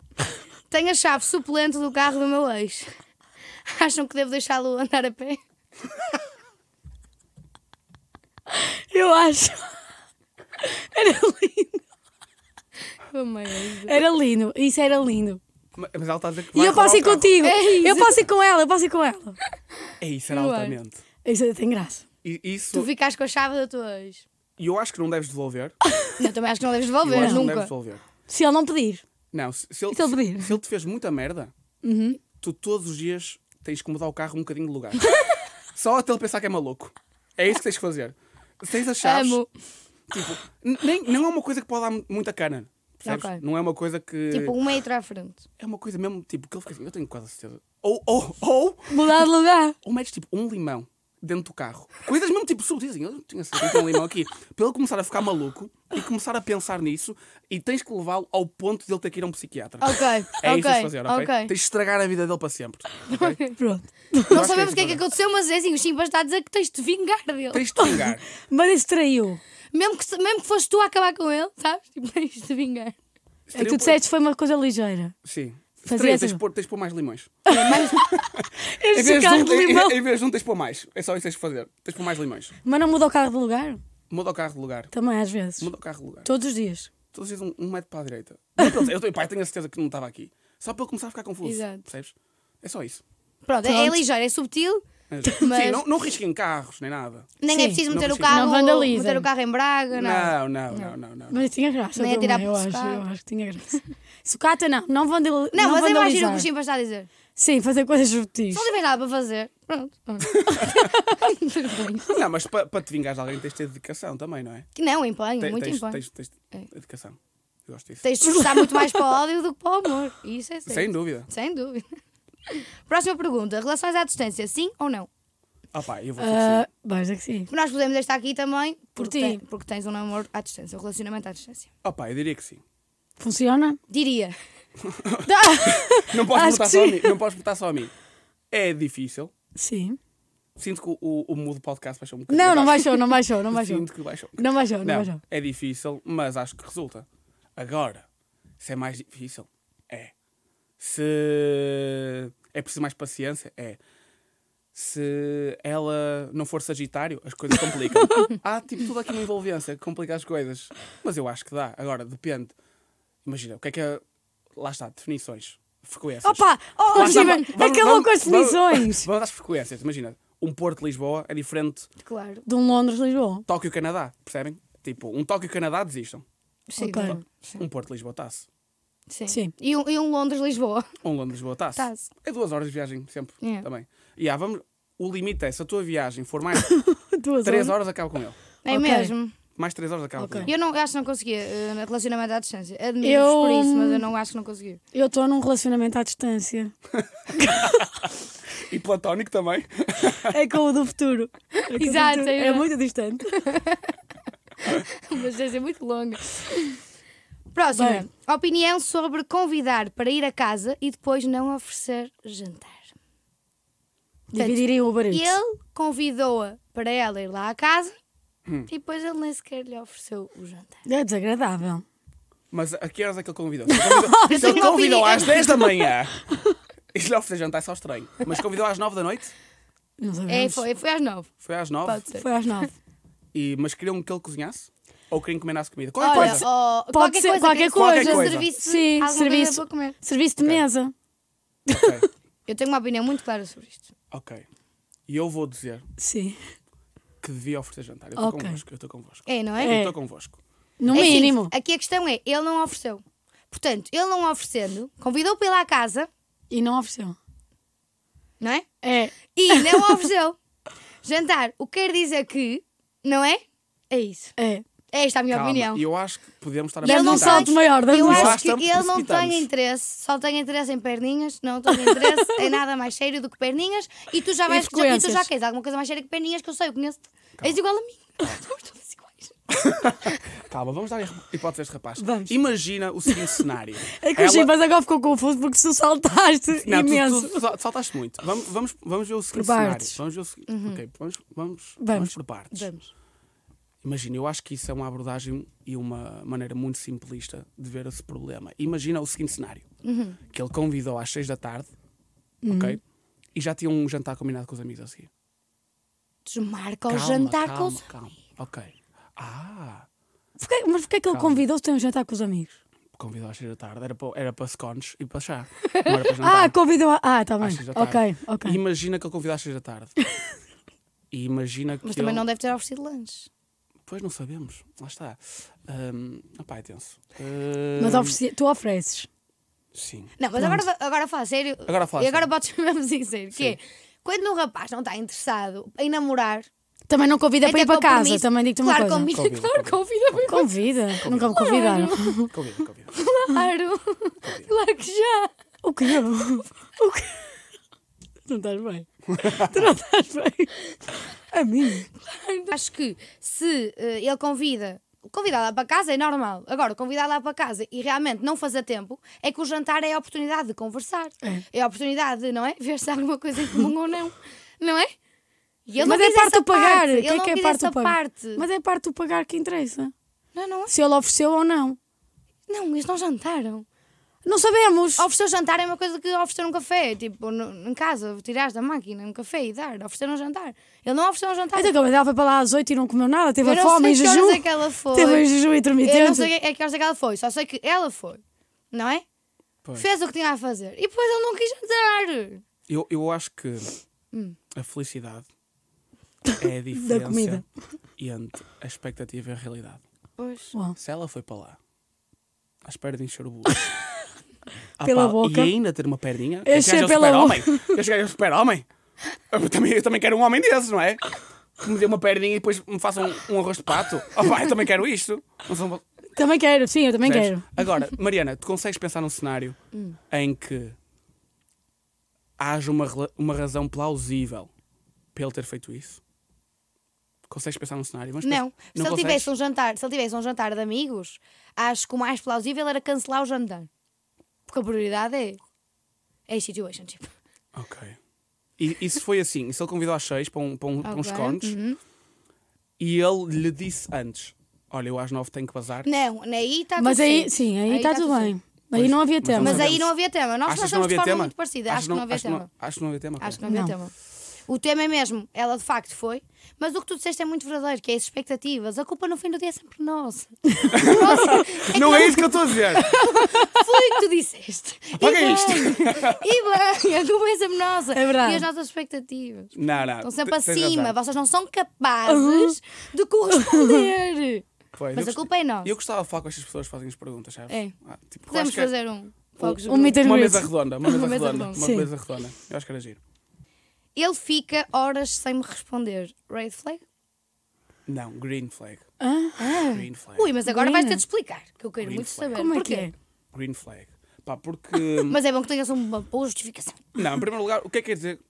A: Tenho a chave suplente do carro do meu ex. Acham que devo deixá-lo andar a pé?
B: Eu acho. Era lindo.
A: Oh, meu Deus.
B: Era lindo. Isso era lindo.
C: Ma- Mas ela está a dizer que
B: E
C: vai
B: eu posso ir
C: roubar o carro.
B: contigo.
A: É isso.
B: Eu posso ir com ela, eu posso ir com ela.
C: É isso, era
A: Não é.
C: altamente.
B: Isso tem graça.
C: E isso.
A: Tu ficas com a chave do teu ex.
C: E eu acho que não deves devolver.
A: Eu também acho que não deves
C: Eu
A: devolver,
C: acho que não deves
A: nunca.
C: devolver.
B: Se ele não pedir.
C: Não, se, se ele,
B: E se ele pedir?
C: se ele te fez muita merda,
B: Uhum.
C: tu todos os dias tens que mudar o carro um bocadinho de lugar. Só até ele pensar que é maluco. É isso que tens que fazer. Se tens
B: É,
C: as chaves,
A: Amo.
C: tipo, n- nem, não é uma coisa que pode dar mu- muita cana. Percebes?
A: Ok.
C: Não é uma coisa que.
A: Tipo, um metro à frente.
C: É uma coisa mesmo, tipo, que ele fica assim, eu tenho quase certeza. Ou, ou, ou,
B: Mudar de lugar.
C: ou metes tipo um limão dentro do carro. Coisas mesmo tipo subtis. Eu não tinha certeza que tinha um limão aqui. Para ele começar a ficar maluco e começar a pensar nisso e tens que levá-lo ao ponto de ele ter que ir a um psiquiatra.
A: Ok,
C: É
A: ok,
C: isso que tens de fazer, ok?
A: ok.
C: Tens de estragar a vida dele para sempre. ok?
B: Pronto.
C: Eu
A: Não
C: acho
A: sabemos o que é
C: isso
A: que
C: fazer.
A: aconteceu, mas é assim, o Chimba está a dizer que tens de vingar dele.
C: Tens de
A: É
C: vingar.
B: Mas isso É traiu.
A: Mesmo, que, se- mesmo que foste tu a acabar com ele, sabes? Tipo, tens de vingar.
B: É que tu disseste que foi uma coisa ligeira.
C: Sim.
B: Fazer
C: Três,
B: essa-
C: tens de pôr, tens de pôr mais limões. Em
B: Este
C: vez, de
B: É carro
C: um,
B: de
C: em-
B: limão.
C: em vez de um, tens de pôr mais. É só isso que tens de fazer. Tens de pôr mais limões.
B: Mas não muda o carro de lugar?
C: Muda o carro de lugar.
B: Também às vezes.
C: Muda o carro de lugar.
B: Todos os dias.
C: Todos os dias um, um metro para a direita. Não para ele- Eu, tenho- pai, tenho a certeza que não estava aqui. Só para ele começar a ficar confuso.
A: Exato.
C: Percebes? É só isso.
A: Pronto, é- é ligeiro, é subtil,
C: Mas-
A: Mas-
C: Sim, não, não risquem carros nem nada.
A: nem
B: Sim,
A: é preciso
C: não
A: meter o
C: precisa.
A: carro,
B: Não vandalizem.
A: meter o carro em Braga, nada.
C: Não, não, não, não. não.
B: Mas tinha graça.
A: Nem atirar
B: também, eu
A: por
B: acho,
A: sucata.
B: eu acho que tinha graça. Sucata não, não vão Não,
A: Não, mas eu imagino o que o
B: vandalizar.
A: Chimba está a dizer.
B: Sim, fazer coisas subtis.
A: Se não tiver nada para fazer, pronto. pronto.
C: Não, mas para te vingares de alguém tens de ter dedicação também, não é?
A: Que não, empenho,
C: Te-
A: muito
C: tens,
A: empenho.
C: tens, tens,
A: É.
C: dedicação. Eu gosto disso.
A: Tens de esforçar muito mais para o ódio do que para o amor. Isso é certo.
C: Sem dúvida.
A: Sem dúvida. Próxima pergunta: relações à distância, sim ou não?
C: Ah pá, eu vou dizer
B: Ah, vais dizer que sim.
A: Nós podemos estar aqui também
B: Por
A: porque,
B: ti.
A: tem- porque tens um namoro à distância, um relacionamento à distância.
C: Ah pá, eu diria que sim.
B: Funciona?
A: Diria.
C: Não podes,
B: Acho
C: botar
B: que
C: só a
B: sim.
C: mim, não podes botar só a mim. É difícil,
B: Sim.
C: Sinto que o, o, o mood do podcast baixou um bocadinho.
B: Não, não
C: abaixo.
B: baixou, não baixou, não baixou.
C: Sinto que baixou. um
B: Não baixou, não
C: Não,
B: baixou.
C: é difícil, mas acho que resulta. Agora, se é mais difícil, é. Se é preciso mais paciência, é. Se ela não for Sagitário, as coisas complicam. Há tipo tudo aqui uma envolvência que complica as coisas. Mas eu acho que dá. Agora, depende. Imagina, o que é que é. Lá está, definições. Frequências.
B: Opa!
C: Lá
B: Oh,
C: está,
B: Steven,
C: vamos- vamos-
B: acabou com as
C: vamos-
B: definições.
C: Vamos às frequências. Imagina, um Porto-Lisboa é diferente
A: Claro.
B: De um Londres-Lisboa.
C: Tóquio-Canadá, percebem? Tipo, um Tóquio-Canadá desistam.
A: Sim.
B: Ok.
C: Um Porto-Lisboa está-se.
A: Sim.
B: Sim. Tá.
A: E, um, e um Londres-Lisboa. É.
C: Um Londres-Lisboa está-se.
A: Tá-se.
C: É duas horas de viagem, sempre.
A: Yeah.
C: Também. E há, vamos. O limite é se a tua viagem for mais
B: Duas
C: três
B: horas.
C: horas, acaba com ele.
A: É
B: Ok.
A: mesmo.
C: Mais três horas, acaba
B: Ok.
C: com ele.
A: Eu não, eu acho que não conseguia eh, relacionamento à distância. Admiro-vos
B: Eu- hum.
A: por isso, mas eu não acho que não conseguia.
B: Eu estou num relacionamento à distância.
C: E platónico também.
B: É com o do futuro. É com o do
A: Exato,
B: futuro.
A: é
B: É
A: verdade.
B: muito distante.
A: Mas deve ser muito longa. Próxima.
B: é Bem.
A: Opinião sobre convidar para ir a casa e depois não oferecer jantar.
B: Dividirem o barulho.
A: Ele convidou-a para ela ir lá à casa e depois ele nem sequer lhe ofereceu o jantar.
B: É desagradável.
C: Mas a que horas é que ele convidou? Se ele convidou, se
A: tenho
C: ele
A: uma
C: convidou
A: opinião.
C: às 10 da manhã. E se lhe oferecer jantar, é só estranho. Mas convidou às 9 da noite?
B: Não sabemos.
A: É, foi, foi às nove.
C: Foi às 9.
A: Pode ser.
B: Foi às nove.
C: E, mas queriam que ele cozinhasse? Ou queriam que menasse comida? Qual é a
A: Olha,
C: coisa?
A: ó,
B: Pode
A: qualquer
B: ser
A: coisa,
B: qualquer
A: que- seja
C: coisa.
A: Serviço, de-
B: Sim,
A: alguma coisa
B: serviço.
A: para comer.
B: Serviço de
C: Ok.
B: mesa.
C: Ok.
A: Eu tenho uma opinião muito clara sobre isto.
C: Ok. E eu vou dizer
B: Sim.
C: que devia oferecer jantar. Eu estou
B: Ok.
C: convosco. Eu estou convosco.
A: É, não
C: Eu
A: é?
B: É.
C: estou convosco.
B: No
A: É assim,
B: mínimo.
A: aqui a questão é, ele não ofereceu. Portanto, ele não oferecendo, convidou pela à casa,
B: E não ofereceu.
A: não é?
B: É.
A: E não ofereceu. Jantar, o que quer dizer que, não é? É isso.
B: É.
A: É esta a minha
C: Calma,
A: opinião.
C: E eu acho que podemos estar a
B: Dá-me
A: Ele não
B: um
C: pensar.
A: sabe-
B: salto maior. Dá-me
A: Eu
B: um
C: Mas lá
A: acho
B: salto.
A: que
C: estamos,
A: ele não
C: precipitamos.
A: tem interesse, só tem interesse em perninhas, não tem interesse em nada mais cheiro do que perninhas e tu já
B: E
A: vais já, e tu
B: frequências.
A: já queres alguma coisa mais cheira que perninhas que eu sei, eu conheço-te. És igual a mim. Somos todas iguais.
C: Calma, vamos dar hipóteses de rapaz.
B: Vamos.
C: Imagina o seguinte cenário.
B: É que o Chivas agora ficou confuso porque tu saltaste
C: Não, tu-
B: imenso.
C: tu, tu saltaste muito. Vamos, vamos, vamos ver o seguinte
B: Por
C: cenário.
B: partes.
C: Vamos ver o seguinte. Ok, vamos, vamos, vamos.
B: Vamos.
C: por partes.
A: Uhum. Vamos.
C: Imagina, eu acho que isso é uma abordagem e uma maneira muito simplista de ver esse problema. Imagina o seguinte cenário:
A: Uhum.
C: que ele convidou às seis da tarde, ok? E já tinha um jantar combinado com os amigos a seguir.
A: Desmarca o
C: Calma,
A: jantar
C: calma,
A: com os
C: calma. Ok. Ah,
B: Porquê- mas porquê é que ele
C: Calma.
B: convidou-se a ter um jantar com os amigos?
C: convidou às seis da tarde, era para, era para scones e para chá. Não era para jantar.
B: Ah, convidou a... Ah, está bem.
C: Às seis da
B: Ok,
C: tarde.
B: ok.
C: E Imagina que ele convida às 6 da tarde. E imagina que.
A: Mas também
C: ele...
A: não deve ter oferecido lanche.
C: Pois não sabemos. Lá está. Ahm, opá, é tenso. Ahm,
B: Mas ofereci- tu ofereces.
C: Sim.
A: Não, mas agora, agora fala sério.
C: Agora fala
A: E agora podes
C: sério.
A: mesmo sincero, que é, quando um rapaz não está interessado em namorar,
B: Também não convida
A: até
B: para ir para casa.
A: compromisso-
B: Também digo-te uma
A: claro,
B: coisa.
A: Convida,
C: Convida,
A: claro, convida para ir para
B: Convida. Nunca me convidaram.
C: Convida, convida.
A: Claro, claro que já.
B: O quê? O quê? Tu não estás bem. Tu não estás bem. A mim.
A: Então, Acho que se eh, ele convida, convidá-la para casa é normal. Agora, convidá-la para casa e realmente não fazer tempo, é que o jantar é a oportunidade de conversar. É, a oportunidade de, não é? Ver se há alguma coisa em comum ou não. Não é? E ele
B: Mas
A: não
B: é
A: quis
B: parte
A: essa
B: do pagar.
A: Parte.
B: O
A: Ele
B: que é
A: não
B: que é
A: quis
B: parte do
A: essa
B: pagar?
A: parte.
B: Mas é parte do pagar que interessa.
A: Não, não é?
B: Se ele ofereceu ou não.
A: Não, eles não jantaram.
B: Não sabemos.
A: Oferecer o jantar é uma coisa que oferecer um café. Tipo, no- em casa, tirares da máquina um café e dar. Oferecer um jantar. Ele não ofereceu um jantar.
B: Até que então, ela foi para lá às 8 e não comeu nada, teve
A: Eu
B: a
A: não
B: fome
A: sei que
B: em
A: horas
B: jejum.
A: é que ela foi.
B: Teve em jejum intermitente.
A: Eu não sei a que horas é que ela foi, só sei que ela foi, não é?
C: Pois.
A: Fez o que tinha a fazer e depois ele não quis jantar.
C: Eu, eu acho que
B: Hum.
C: a felicidade é a diferença
B: comida.
C: entre a expectativa e a realidade.
A: Pois.
B: Uau.
C: Se ela foi para lá, à espera de encher o bucho. Ah,
B: Pela
C: pá,
B: boca.
C: E ainda ter uma perninha.
B: Encher
C: Este gajo é o
B: pela
C: super-homem. Este gajo é o super-homem. Eu também, eu também quero um homem desses, não é? Que me dê uma perninha e depois me faça um, um arroz de pato. Oh, pá, eu também quero isto. Não são-
B: Também quero, sim, eu também
C: percebes?
B: quero. Hum.
C: Agora, Mariana, tu consegues pensar num cenário em que haja uma, rela- uma razão plausível para ele ter feito isso? Consegues pensar num cenário? Vamos
A: Não,
C: pensar-
A: se ele
C: consegues?
A: tivesse um jantar, se ele tivesse um jantar de amigos, acho que o mais plausível era cancelar o tipo. jantar. Porque a prioridade é é situationship.
C: Ok. E isso foi assim. Isso ele convidou às seis para, um, para, um, para uns
A: Ok. uhum.
C: contos. E ele lhe disse antes: Olha, eu às nove tenho que bazar.
A: Não, aí está tudo
B: Mas aí,
A: certo. tá
B: sim, aí está tudo bem. Aí não havia tema.
A: Mas aí
C: Sabemos.
A: não havia tema. Nós
C: Achas que
A: passamos de
C: havia
A: forma
C: tema?
A: muito parecida.
C: Achas
A: Acho que não havia
C: acho
A: tema.
C: acho que não havia tema. ok.
A: Acho que não havia
B: Não.
A: tema. O tema é mesmo, ela de facto foi, mas o que tu disseste é muito verdadeiro, que é as expectativas. A culpa no fim do dia é sempre nossa. nossa é
C: Não
A: que
C: é isso que eu estou a dizer.
A: Foi o que tu disseste.
C: Apaga
A: e
C: isto.
A: E bem, a culpa é sempre nossa.
B: É verdade.
A: E as nossas expectativas.
C: Não, não.
A: Estão sempre
C: Ah, tens razão.
A: acima, vocês não são capazes de corresponder.
C: Pois,
A: Mas
C: eu
A: a
C: gost-
A: culpa é nossa.
C: Eu gostava de falar com estas pessoas que fazem as perguntas, sabes?
A: É.
C: Ah, tipo, eu acho
A: Podemos
C: que é-
A: fazer um focus
B: Um
A: group.
B: meet and
C: Uma
B: greet.
C: mesa redonda, uma mesa redonda, uma
B: Sim.
C: mesa redonda. Eu acho que era giro.
A: Ele fica horas sem me responder. Red flag?
C: Não, green flag.
B: Hã?
C: Green flag.
A: Ah. Ui, mas agora
B: Menina.
A: vais ter de explicar, que eu quero
C: Green
A: muito
C: flag.
A: saber.
B: Como é que
A: Porquê?
B: é?
C: Green flag. Pá, porque. hum,
A: Mas é bom que tenhas uma boa justificação.
C: não, em primeiro lugar, o que é que quer dizer.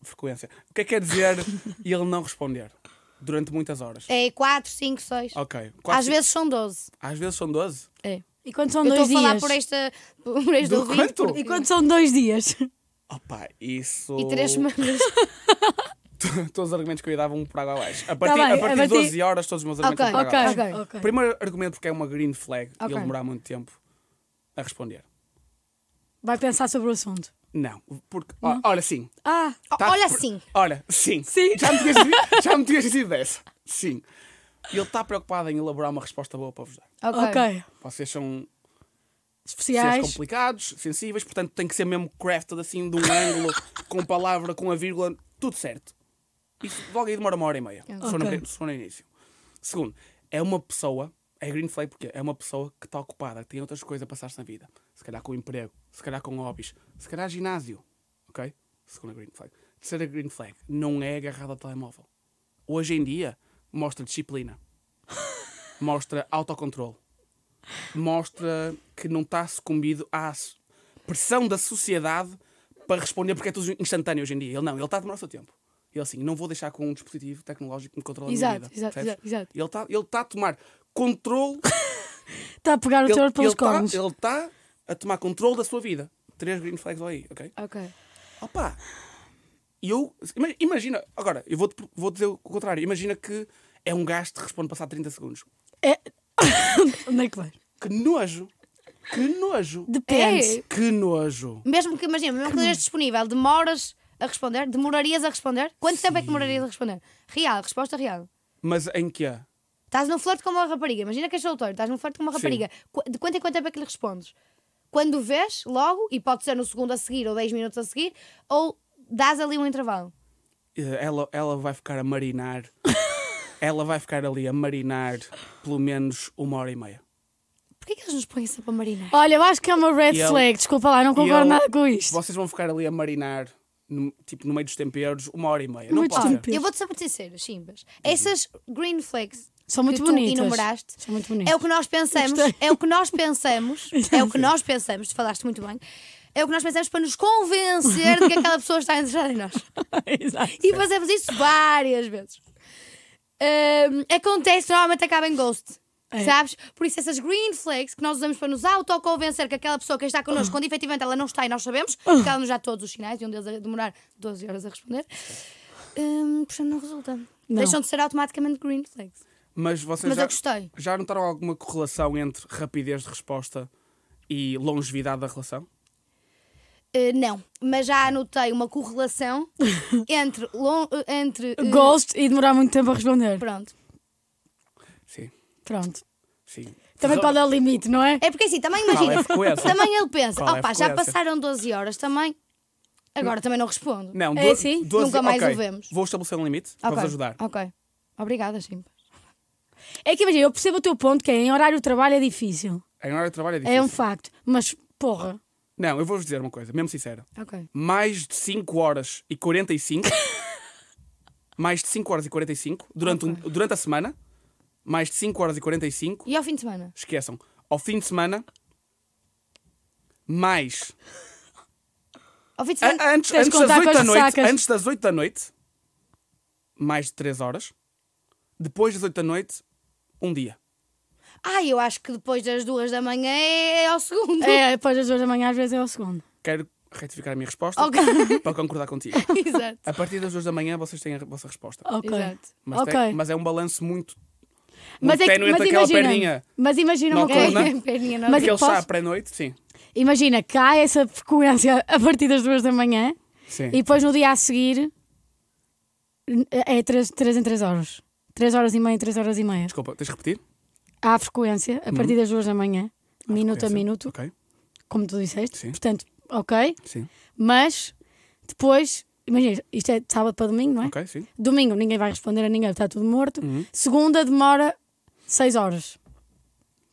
C: Frequência. O que é que quer dizer ele não responder durante muitas horas?
A: É 4, 5, 6.
C: Ok.
A: Às
C: Quase-
A: vezes são 12.
C: Às vezes são 12.
A: É.
B: E quando são
A: Eu estou a
B: dois
A: falar
B: dias?
A: por esta. Por este
C: Do
A: ouvinte,
C: quanto?
A: por-
B: E quando são dois dias?
C: Opa, isso.
A: E 3 semanas.
C: todos os argumentos que eu ia dar vão por água abaixo.
A: Tá
C: A partir,
B: bem,
C: a partir
B: a
C: de
B: partir-
C: 12 horas, todos os meus argumentos
A: Ok,
C: vão por água
B: ok,
C: abaixo.
B: ok.
A: Ok.
C: Primeiro argumento porque é uma green flag e
A: Ok.
C: ele demorar muito tempo a responder.
B: Vai pensar sobre o assunto.
C: Não, porque. ó, Olha, sim.
B: Ah,
C: Tá-
A: Olha
C: por-
A: assim.
C: Olha, sim.
B: Sim.
C: Já me tinhas dito- já me tinhas dito dessa. Sim. Ele está preocupado em elaborar uma resposta boa para vos dar.
A: Ok.
B: ok.
C: Vocês são seres
B: Especiais.
C: complicados, sensíveis, portanto tem que ser mesmo crafted assim, de um ângulo, com palavra, com a vírgula, tudo certo. Isso logo aí demora uma hora e meia. Só, no,
B: Ok.
C: só no início. Segundo, é uma pessoa, é green flag porque é uma pessoa que está ocupada, que tem outras coisas a passar-se na vida. Se calhar com emprego, se calhar com hobbies, se calhar ginásio. Ok? Segunda green flag. Terceira green flag, não é agarrada ao telemóvel. Hoje em dia, mostra disciplina, mostra autocontrole mostra que não está sucumbido à s- pressão da sociedade para responder, porque é tudo instantâneo hoje em dia. Ele não, ele está a demorar o seu tempo. Ele assim, não vou deixar com um dispositivo tecnológico que me controle a minha
B: Exato,
C: vida.
B: exato,
C: percebes?
B: exato, exato.
C: Ele está ele tá a tomar controle.
B: Está a pegar o
C: ele
B: teor pelos
C: está
B: cornos.
C: a tomar controle da sua vida. Três green flags aí, ok?
A: Ok.
C: Opa! E eu. ima- Imagina, agora, eu vou, vou dizer o contrário. Imagina que é um gajo que te responde passar 30 segundos.
B: É... Onde é que vai?
C: Que nojo! Que nojo! É.
B: Depende.
C: Que nojo!
A: Mesmo que, imagina, mesmo que não estejas disponível, demoras a responder? Demorarias a responder? Quanto tempo é que demorarias a responder? Real, resposta real.
C: Mas em que é?
A: Estás num flerte com uma rapariga, imagina que és solteiro, estás num flerte com uma
C: Sim.
A: rapariga. Qu- De quanto em quanto tempo é que lhe respondes? Quando o vês, logo, e pode ser no segundo a seguir ou 10 minutos a seguir, ou dás ali um intervalo.
C: Eh, Ela, ela vai ficar a marinar. ela vai ficar ali a marinar pelo menos uma hora e meia.
A: Porquê que eles nos põem sempre a marinar?
B: Olha, eu acho que é uma red
C: E ele-
B: flag. Desculpa lá, não concordo
C: E eu-
B: nada com isto.
C: Vocês vão ficar ali a marinar, no, tipo, no meio dos temperos, uma hora e meia. Não
B: Muitos
C: pode ser.
B: temperos.
A: Eu vou-te saber dizer, chimbas. Essas green flags
B: Uhum. São muito
A: que
B: bonitas.
A: tu enumeraste
B: São muito bonitas.
A: é o que nós pensamos,
B: Gostei.
A: é o que nós pensamos, é o que nós pensamos, tu falaste muito bem, é o que nós pensamos para nos convencer de que aquela pessoa está interessada em nós.
B: Exato.
A: E fazemos isso várias vezes. Ahm, acontece, normalmente acaba em ghost.
B: É.
A: Sabes? Por isso, essas green flags que nós usamos para nos autoconvencer que aquela pessoa que está connosco, quando efetivamente ela não está e nós sabemos, porque ela nos dá todos os sinais e um deles a demorar 12 horas a responder, ahm, portanto não resulta. Deixam de ser automaticamente green flags.
C: Mas vocês
A: Mas
C: já,
A: eu gostei.
C: já notaram alguma correlação entre rapidez de resposta e longevidade da relação?
A: Ah, não, mas já anotei uma correlação entre. lon- entre ah,
B: Ghost e demorar muito tempo a responder.
A: pronto.
C: Sim,
B: Pronto.
C: sim.
B: Também qual é o limite, não é?
A: É porque assim, também
C: Qual é
A: imagina.
C: a frequência?
A: Também ele pensa,
C: Qual é a
A: opá, já
C: frequência?"
A: passaram 12 horas também. Agora também não respondo.
C: Não,
B: É
C: du-
B: assim?
C: duas-
A: Nunca mais
C: ok.
A: o vemos.
C: Vou estabelecer um limite para vos ajudar.
A: Ok. Obrigada, sim.
B: É que imagina, eu percebo o teu ponto que é em horário de trabalho é difícil.
C: Em hora de trabalho é difícil.
B: É um facto. Mas, porra,
C: Não, eu vou-vos dizer uma coisa, mesmo sincera.
A: Ok.
C: mais de 5 horas e 45, mais de 5 horas e 45 durante, um- durante a semana, mais de 5 horas e 45,
A: E ao fim de semana?
C: esqueçam, ao fim de semana, mais
A: Ao fim de
C: a-
A: semana.
C: a- antes,
B: Tens de
C: antes das
B: contar com
C: 8 da
B: as
C: noite,
B: ressacas.
C: antes das 8 da noite, mais de 3 horas, depois das 8 da noite, um dia.
A: Ah, eu acho que depois das duas da manhã é ao segundo.
B: é, depois das duas da manhã às vezes é o segundo.
C: Quero retificar a minha resposta para concordar contigo.
A: Exato.
C: A partir das duas da manhã vocês têm a vossa resposta.
B: Ok.
A: Exato.
C: Mas,
B: ok.
C: tem- mas é um balanço muito,
B: Mas
C: muito
B: é que-
C: ténue
B: mas
C: entre aquela
B: imagina-
C: perninha.
B: Mas imagina uma
C: Noturna.
B: coisa.
C: Coluna.
A: Perninha não.
B: Mas-
C: Aquele chá
B: posso-
C: pré-noite, sim.
B: Imagina que há essa frequência a partir das duas da manhã
C: sim.
B: e depois no dia a seguir é 3 em 3 horas. 3 horas e meia, 3 horas e meia.
C: Desculpa, tens de repetir?
B: Há frequência a
C: Hum.
B: partir das duas da manhã, minuto a
C: Sim.
B: minuto,
C: Ok,
B: como tu disseste.
C: Sim.
B: Portanto, ok.
C: sim.
B: Mas depois, imagina, isto é de sábado para domingo, não é?
C: Ok, sim.
B: Domingo ninguém vai responder a ninguém, está tudo morto.
C: Uhum.
B: Segunda demora 6 horas.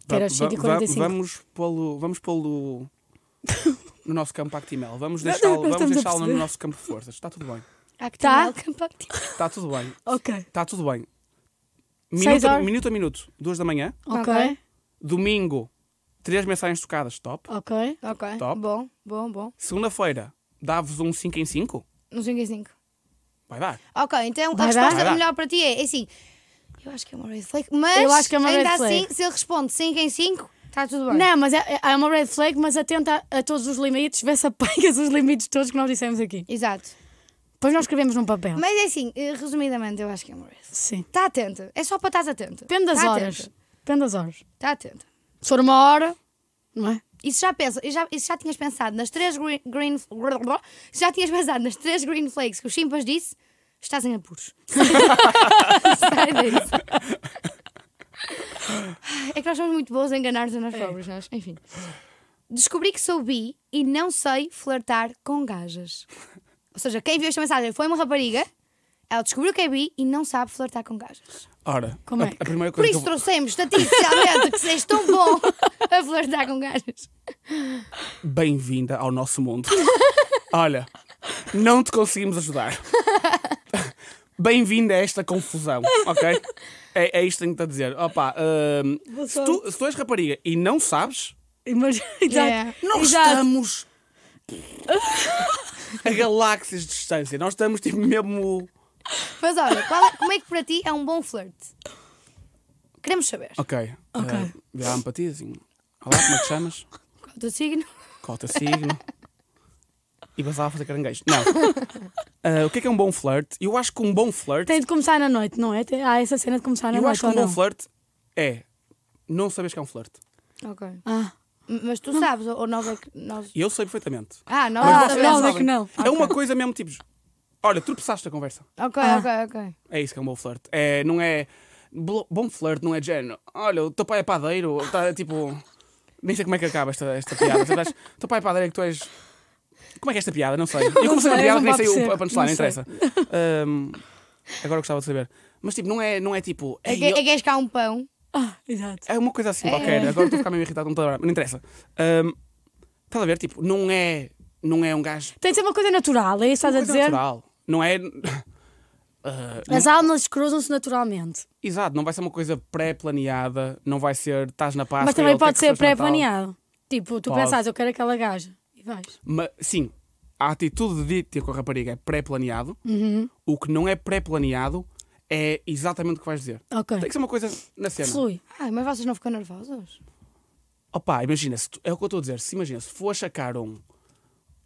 B: Que era
C: Va-
B: os 5 e
C: va-
B: 45.
C: Vamos pô-lo vamos pô-lo no nosso campo Actimel. Vamos
B: Não, não,
C: deixá-lo
B: não
C: vamos
B: estamos a
C: deixá-lo no
B: perceber.
C: nosso campo de forças. Está tudo bem.
A: Actimel,
B: Tá.
A: compacto.
C: Está tudo bem.
B: Ok.
C: Está tudo bem.
B: Seis
C: Minuto, a-
B: horas.
C: minuto a minuto. Duas da manhã.
B: Ok,
C: Domingo, três mensagens tocadas. Top.
B: ok.
A: Ok.
C: Top.
A: Bom, bom, bom.
C: Segunda-feira, dá-vos um 5 em 5?
A: Não sei o que é cinco.
C: Vai dar.
A: Ok, então
B: Vai
A: a
B: dar?
A: resposta
C: Vai dar.
A: melhor para ti é, é assim. Eu acho que é uma red flag, mas
B: Eu acho que é uma
A: ainda
B: red flag.
A: assim, se ele responde 5 em 5, está tudo bem.
B: Não, mas é, é- é uma red flag, mas atenta a todos os limites, vê se apanhas os limites todos que nós dissemos aqui.
A: Exato.
B: Depois nós escrevemos num papel.
A: Mas é assim, eh, resumidamente, eu acho que é uma red flag.
B: Sim.
A: Está atenta. É só para estás atenta.
B: Depende das
A: Tá
B: horas.
A: atenta.
B: Depende das horas.
A: Está atenta.
B: Se for uma hora, não é?
A: Isso já, pensa, isso já, isso já tinhas pensado nas três green, green isso já tinhas pensado nas três green flags que os Chimpas disse, estás em apuros. Sai disso. É que nós somos muito boas a enganar-nos a nós
B: É.
A: próprios, nós. Enfim. Descobri que sou bi e não sei flertar com gajas. Ou seja, quem viu esta mensagem foi uma rapariga, ela descobriu que é bi e não sabe flertar com gajas.
C: Ora,
B: Como
C: a,
B: é?
C: a primeira
A: Por
C: coisa
A: isso
C: que eu...
A: trouxemos estatisticamente que sejas tão bom a flertar com gajas.
C: vou- Bem-vinda ao nosso mundo. Olha, não te conseguimos ajudar. Bem-vinda a esta confusão, ok? É, é isto que tenho-te a dizer. Opa, hum,
B: Boa
C: se, tu, se tu és rapariga e não sabes,
B: Imagina.
A: Yeah.
B: Exato.
C: nós
B: Exato.
C: estamos a galáxias de distância. Nós estamos tipo mesmo.
A: Mas olha, qual é- como é que para ti é um bom flerte? Queremos saber.
C: Ok.
B: Ok.
C: eh, Virar empatia, assim. Olá, como é que te chamas?
A: Qual é o teu signo?
C: Qual o teu signo? E basava a fazer caranguejo. Não. Ah, o que é que é um bom flirt? Eu acho que um bom flirt.
B: Tem de começar na noite, não é? Tem- Há essa cena de começar na
C: eu
B: noite.
C: acho que
B: ou
C: um bom
B: Ah, não?
C: flirt é não saberes que é um flirt.
A: Ok.
B: Ah,
A: Mas tu sabes, ou ou nós é que. Nós...
C: E eu sei perfeitamente.
A: Ah, nós
B: Ah,
A: não
C: Mas vocês
A: sabemos.
B: nós é
C: sabem.
B: que não.
C: É uma coisa mesmo tipo. Olha, tropeçaste a conversa.
A: Ok,
B: Ah.
A: ok, ok.
C: É isso que é um bom flirt. É, não é. blo- Bom flirt não é de género. Olha, o teu pai é padeiro. Tá, tipo. Nem sei como é que acaba esta, esta piada. Tu estás- O teu pai é padeiro é que tu és. Como é que é esta piada? Não sei. Eu comecei uma
B: sei,
C: piada
B: não
C: que nem
B: pode
C: sei o-
B: ser.
C: a punchline, não
B: Não sei.
C: interessa. Ahm, agora gostava de saber. Mas tipo, não é, não é tipo.
A: É
C: "Ei,
A: que,
C: eu-"
A: é que és cá um pão.
B: ah, exato.
C: É uma coisa assim qualquer. Agora estou a ficar meio irritado, não, estou a lembrar, mas não interessa. Ahm, estás a ver? Tipo, não é. Não é um gajo.
B: Tem de ser uma coisa natural, é isso que estás a
C: coisa
B: dizer?
C: natural. Não é. Ah,
B: As almas cruzam-se naturalmente.
C: Exato, não vai ser uma coisa pré-planeada, não vai ser estás na Páscoa.
B: Mas
C: e
B: também
C: Ah, ele quer
B: pode
C: que
B: ser
C: seja Natal.
B: pré-planeado. Tipo, tu
C: Pode.
B: pensas, eu quero aquela gaja. E vais.
C: Ma- Sim, a atitude de ter com a rapariga é pré-planeado,
B: Uhum.
C: o que não é pré-planeado é exatamente o que vais dizer.
B: Ok.
C: Tem que ser uma coisa na cena.
B: Flui.
A: Ai, mas vocês não ficam nervosos?
C: Opa, imagina, se tu- é o que eu estou a dizer, se imagina, se for achacar um.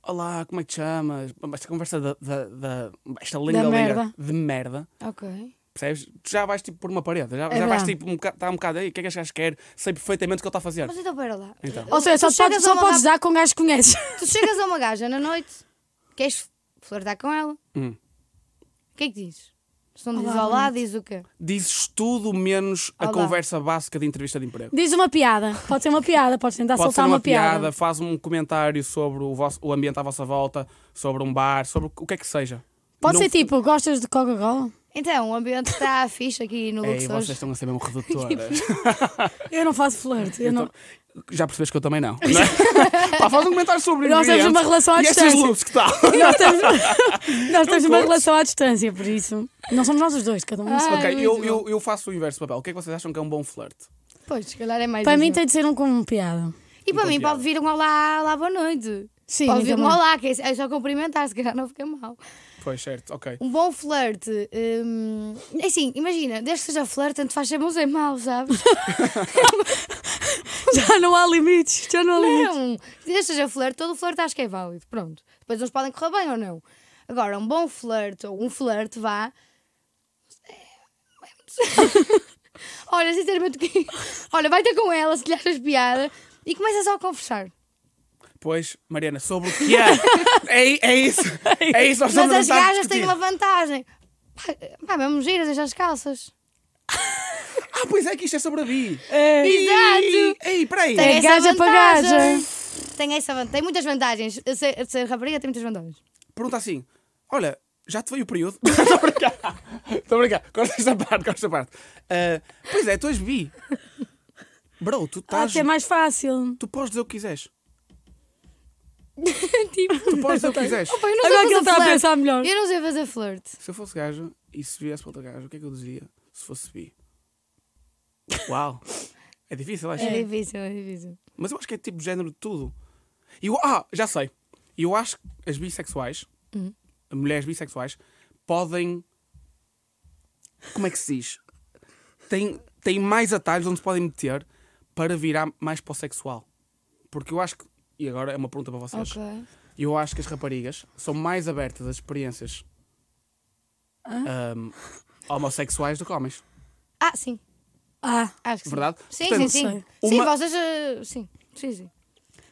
C: Olá, como é que te chamas? Esta conversa da. da, da- esta linda
B: merda.
C: de merda.
A: Ok.
C: Percebes? Tu já vais tipo por uma parede, já,
B: É
C: já vais
B: verdade.
C: tipo um bocado, tá um bocado aí, o que é que este gajo quer? Sei perfeitamente o que ele está a fazer.
A: Mas então pera lá.
C: Então.
B: Ou seja, só,
A: Tu
B: te podes,
A: chegas a
B: só
A: uma
B: podes
A: rap-
B: dar com gajos que conheces.
A: Tu chegas a uma gaja na noite, queres flertar com ela?
C: Hum.
A: O que é que dizes? Se não dizes
B: Olá, boa
A: olá, dizes o quê?
C: dizes tudo menos a
A: Olá.
C: conversa básica de entrevista de emprego.
B: Diz uma piada. Pode ser uma piada, podes tentar
C: Pode ser
B: soltar
C: uma,
B: uma,
C: piada, faz um comentário sobre o, vosso- o ambiente à vossa volta, sobre um bar, sobre o que é que seja.
B: Pode
C: Não-
B: ser tipo, gostas de Coca-Cola?
A: Então, o ambiente está fixe aqui no
C: Ei,
A: Luxor.
C: É, vocês estão a ser mesmo redutoras.
B: Eu não faço flerte. Eu não...
C: Então, Já percebes que eu também não. não é? Pá, faz um comentário sobre
B: Nós temos
C: ingredientes
B: uma relação à
C: e estas
B: distância.
C: luzes que tá?" tal.
B: Nós temos, nós temos uma
C: curtes?
B: relação à distância, por isso. Não somos nós os dois, cada um. no seu.
A: Ah,
C: ok,
A: muito
C: eu,
A: bom.
C: eu, eu faço o inverso do papel. O que é que vocês acham que é um bom flerte?
A: Pois, se calhar é mais.
B: Para mim
A: isso.
B: tem de ser um com uma piada.
A: E para
C: Então,
A: mim
C: piada.
A: pode vir um olá, olá, boa noite.
B: Sim, então
A: pode vir um
B: também.
A: olá, que é é só cumprimentar, se calhar não fica mal.
C: Pois, certo, ok.
A: Um bom flerte. hum, é assim, imagina, desde que seja flerte, tanto faz ser bom sem mal, sabes?
B: Já não há limites, já não há limites.
A: Não! Deixas a flerte, todo o flerte acho que é válido. Pronto. Depois eles podem correr bem ou não. Agora, um bom flerte ou um flerte vá. Olha, sinceramente, o que- olha, vai-te com ela se lhe achas piada e começa só a conversar.
C: Pois, Mariana, sobre o que é? é, é isso. É isso,
A: Mas
C: nós estamos a
A: as
C: tentar
A: gajas têm
C: discutir.
A: uma vantagem. Pá, Pá, mesmo giras, deixa as calças.
C: Ah, pois é que isto é sobre a Bi.
B: É.
A: Exato.
C: Ei, peraí.
A: Tem
B: É
A: essa
B: gaja para gaja.
A: vantagem. Tem, essa, van- tem muitas vantagens. Ser, ser rapariga tem muitas vantagens.
C: Pergunta assim: olha, já te veio o período? Estou a brincar. Estou a brincar. Corta esta parte, corta esta parte. Ah, pois é, tu és bi. Bro, tu
B: Ah,
C: estás.
B: até é mais fácil.
C: Tu podes dizer o que quiseres.
A: tipo,
C: Tu podes dizer o que quiseres.
A: pá, eu não sei
B: Agora que ele
A: fazer
B: está a
A: flerte.
B: pensar melhor.
A: Eu não sei fazer flerte.
C: Se eu fosse gajo e se viesse para outra gajo, o que é que eu dizia se fosse bi? Uau! É difícil, acho.
A: É difícil, é difícil.
C: Mas eu acho que é tipo de género de tudo. E eu- ah, já sei. Eu acho que as bissexuais,
A: Hum.
C: mulheres bissexuais, podem. Como é que se diz? Têm, têm mais atalhos onde se podem meter para virar mais para o sexual. Porque eu acho que. E agora é uma pergunta para vocês.
A: Ok.
C: Eu acho que as raparigas são mais abertas a experiências ahm, homossexuais do que homens.
A: Ah, sim.
B: Ah,
A: Acho que sim.
C: Verdade?
A: Sim,
C: Portanto,
A: sim, sim. Sim,
C: uma-
A: vocês. eh, sim, sim, sim.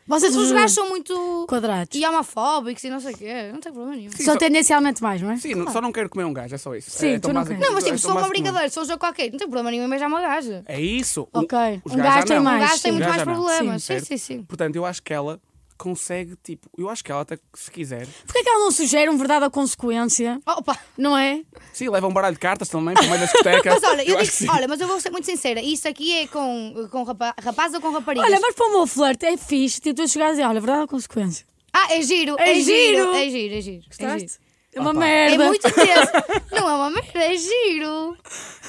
B: vocês
A: Os gajos são muito.
B: quadrados.
A: E homofóbos e não sei o quê. Não tem problema nenhum.
C: Sim,
B: São
C: só-
B: tendencialmente mais, não é?
C: Sim, não- só não quero comer um gajo, é só isso.
B: Sim,
C: é, é tão
B: tu não
C: básico-
B: queres.
A: Não, mas
C: é
A: tipo, se
C: tão
A: for uma
C: básico como-
A: brincadeira, se for um jogo qualquer, não tem problema nenhum em beijar uma gaja.
C: É isso. O-
B: Ok.
C: os
B: Um
C: gajos
B: gajo
C: já
B: tem
C: não.
A: Um
B: mais.
A: gajo tem
B: sim.
A: muito
C: Já,
A: mais
C: já não.
A: problemas. Sim,
C: Certo?
A: sim, sim.
C: Portanto, eu acho que ela consegue, tipo, eu acho que ela até que se quiser.
B: Porquê é que ela não sugere um verdade ou consequência?
A: Oh, Opa!
B: Não é?
C: Sim, leva um baralho de cartas também para o meio da discoteca.
A: Mas olha, eu, digo,
C: acho que sim.
A: olha, mas eu vou ser muito sincera. Isto aqui é com, com rapa- rapaz ou com raparigas?
B: Olha, mas para o meu flerte é fixe. Tipo, tu chegares e dizer, olha, verdade ou consequência?
A: Ah, é giro, é,
B: É
A: giro.
B: giro.
A: É giro, é giro. É, giro.
B: Gostaste? É uma
C: Opa.
A: É
B: merda.
A: muito intenso. não é uma merda, é giro.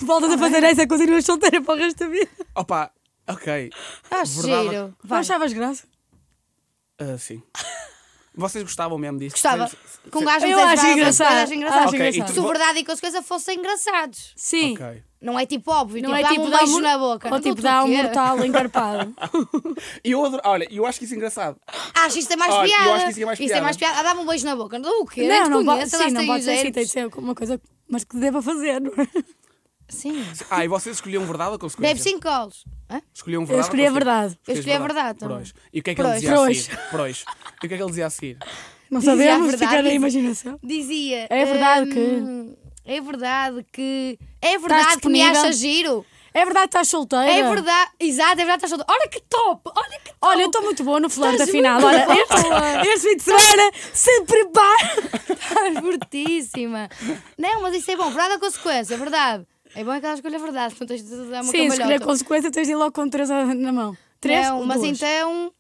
B: Voltas a fazer essa, continuas solteira para o resto da vida.
C: Opa, ok.
A: Acho
C: Verdade.
A: giro.
B: Não
A: Vai.
B: achavas graça?
C: Ah, sim. Vocês gostavam mesmo disso?
A: Gostava.
C: Vocês-
A: Com um gajo
B: Eu
A: não
B: acho engraçado.
A: Acho engraçado.
B: Acho
C: Ok, e
B: engraçado.
A: Se o verdade e consequência fossem engraçados.
B: Sim.
C: Ok.
A: Não é tipo óbvio,
B: Não
A: tipo,
B: é tipo
A: dá-me um
B: dar
A: beijo
B: um-
A: na boca.
B: Ou
A: Não
B: tipo
A: dou-te
B: dar
A: o
B: um
A: quê?
B: mortal encarpado.
C: E eu adoro, olha, eu acho que isso é engraçado.
A: Acho isto é mais
C: Olha, eu
A: piada.
C: acho que isso é mais piada.
A: Ah, dá-me um beijo na boca. Não dou o quê? Nem
B: não,
A: te
B: não pode,
A: conheço,
B: sim,
A: andaste
B: não
A: aí
B: pode ser assim.
A: gente.
B: Tem de ser uma coisa, mas que deva fazer, não é?
A: Sim.
C: Ah, e vocês escolhiam verdade ou consequência?
A: Bebe 5 golos. Hã?
C: Escolhiam
B: Eu
C: verdade ou
B: escolhi a
C: consequência?
B: verdade.
A: Eu escolhi a verdade também.
C: Prois. E o que é que ele
A: Prois.
C: dizia a seguir? Prois. E o que é que ele dizia a seguir?
B: Não
A: Dizia a
B: sabemos,
A: verdade,
B: ficar na
A: dizia-
B: imaginação.
A: Dizia.
B: É verdade
A: hum, É verdade que. É verdade que me
B: disponível?
A: achas giro.
B: É verdade que estás solteira?
A: É verdade. Exato, é verdade. Estás todo- Olha que top! Olha que top!
B: Olha, eu estou muito boa no flerte,
A: Estás
B: afinal.
A: muito
B: Olha,
A: boa.
B: este, este fim de semana se prepara.
A: Estás fortíssima. Não, mas isso é bom. Verdade a consequência, verdade. É bom é que ela escolha a verdade, não tens de dar uma
B: Sim, se escolher
A: cambalhota.
B: consequência, tens de ir logo com três a- na mão. Três?
A: Não,
B: ou
A: mas
B: duas?
A: então.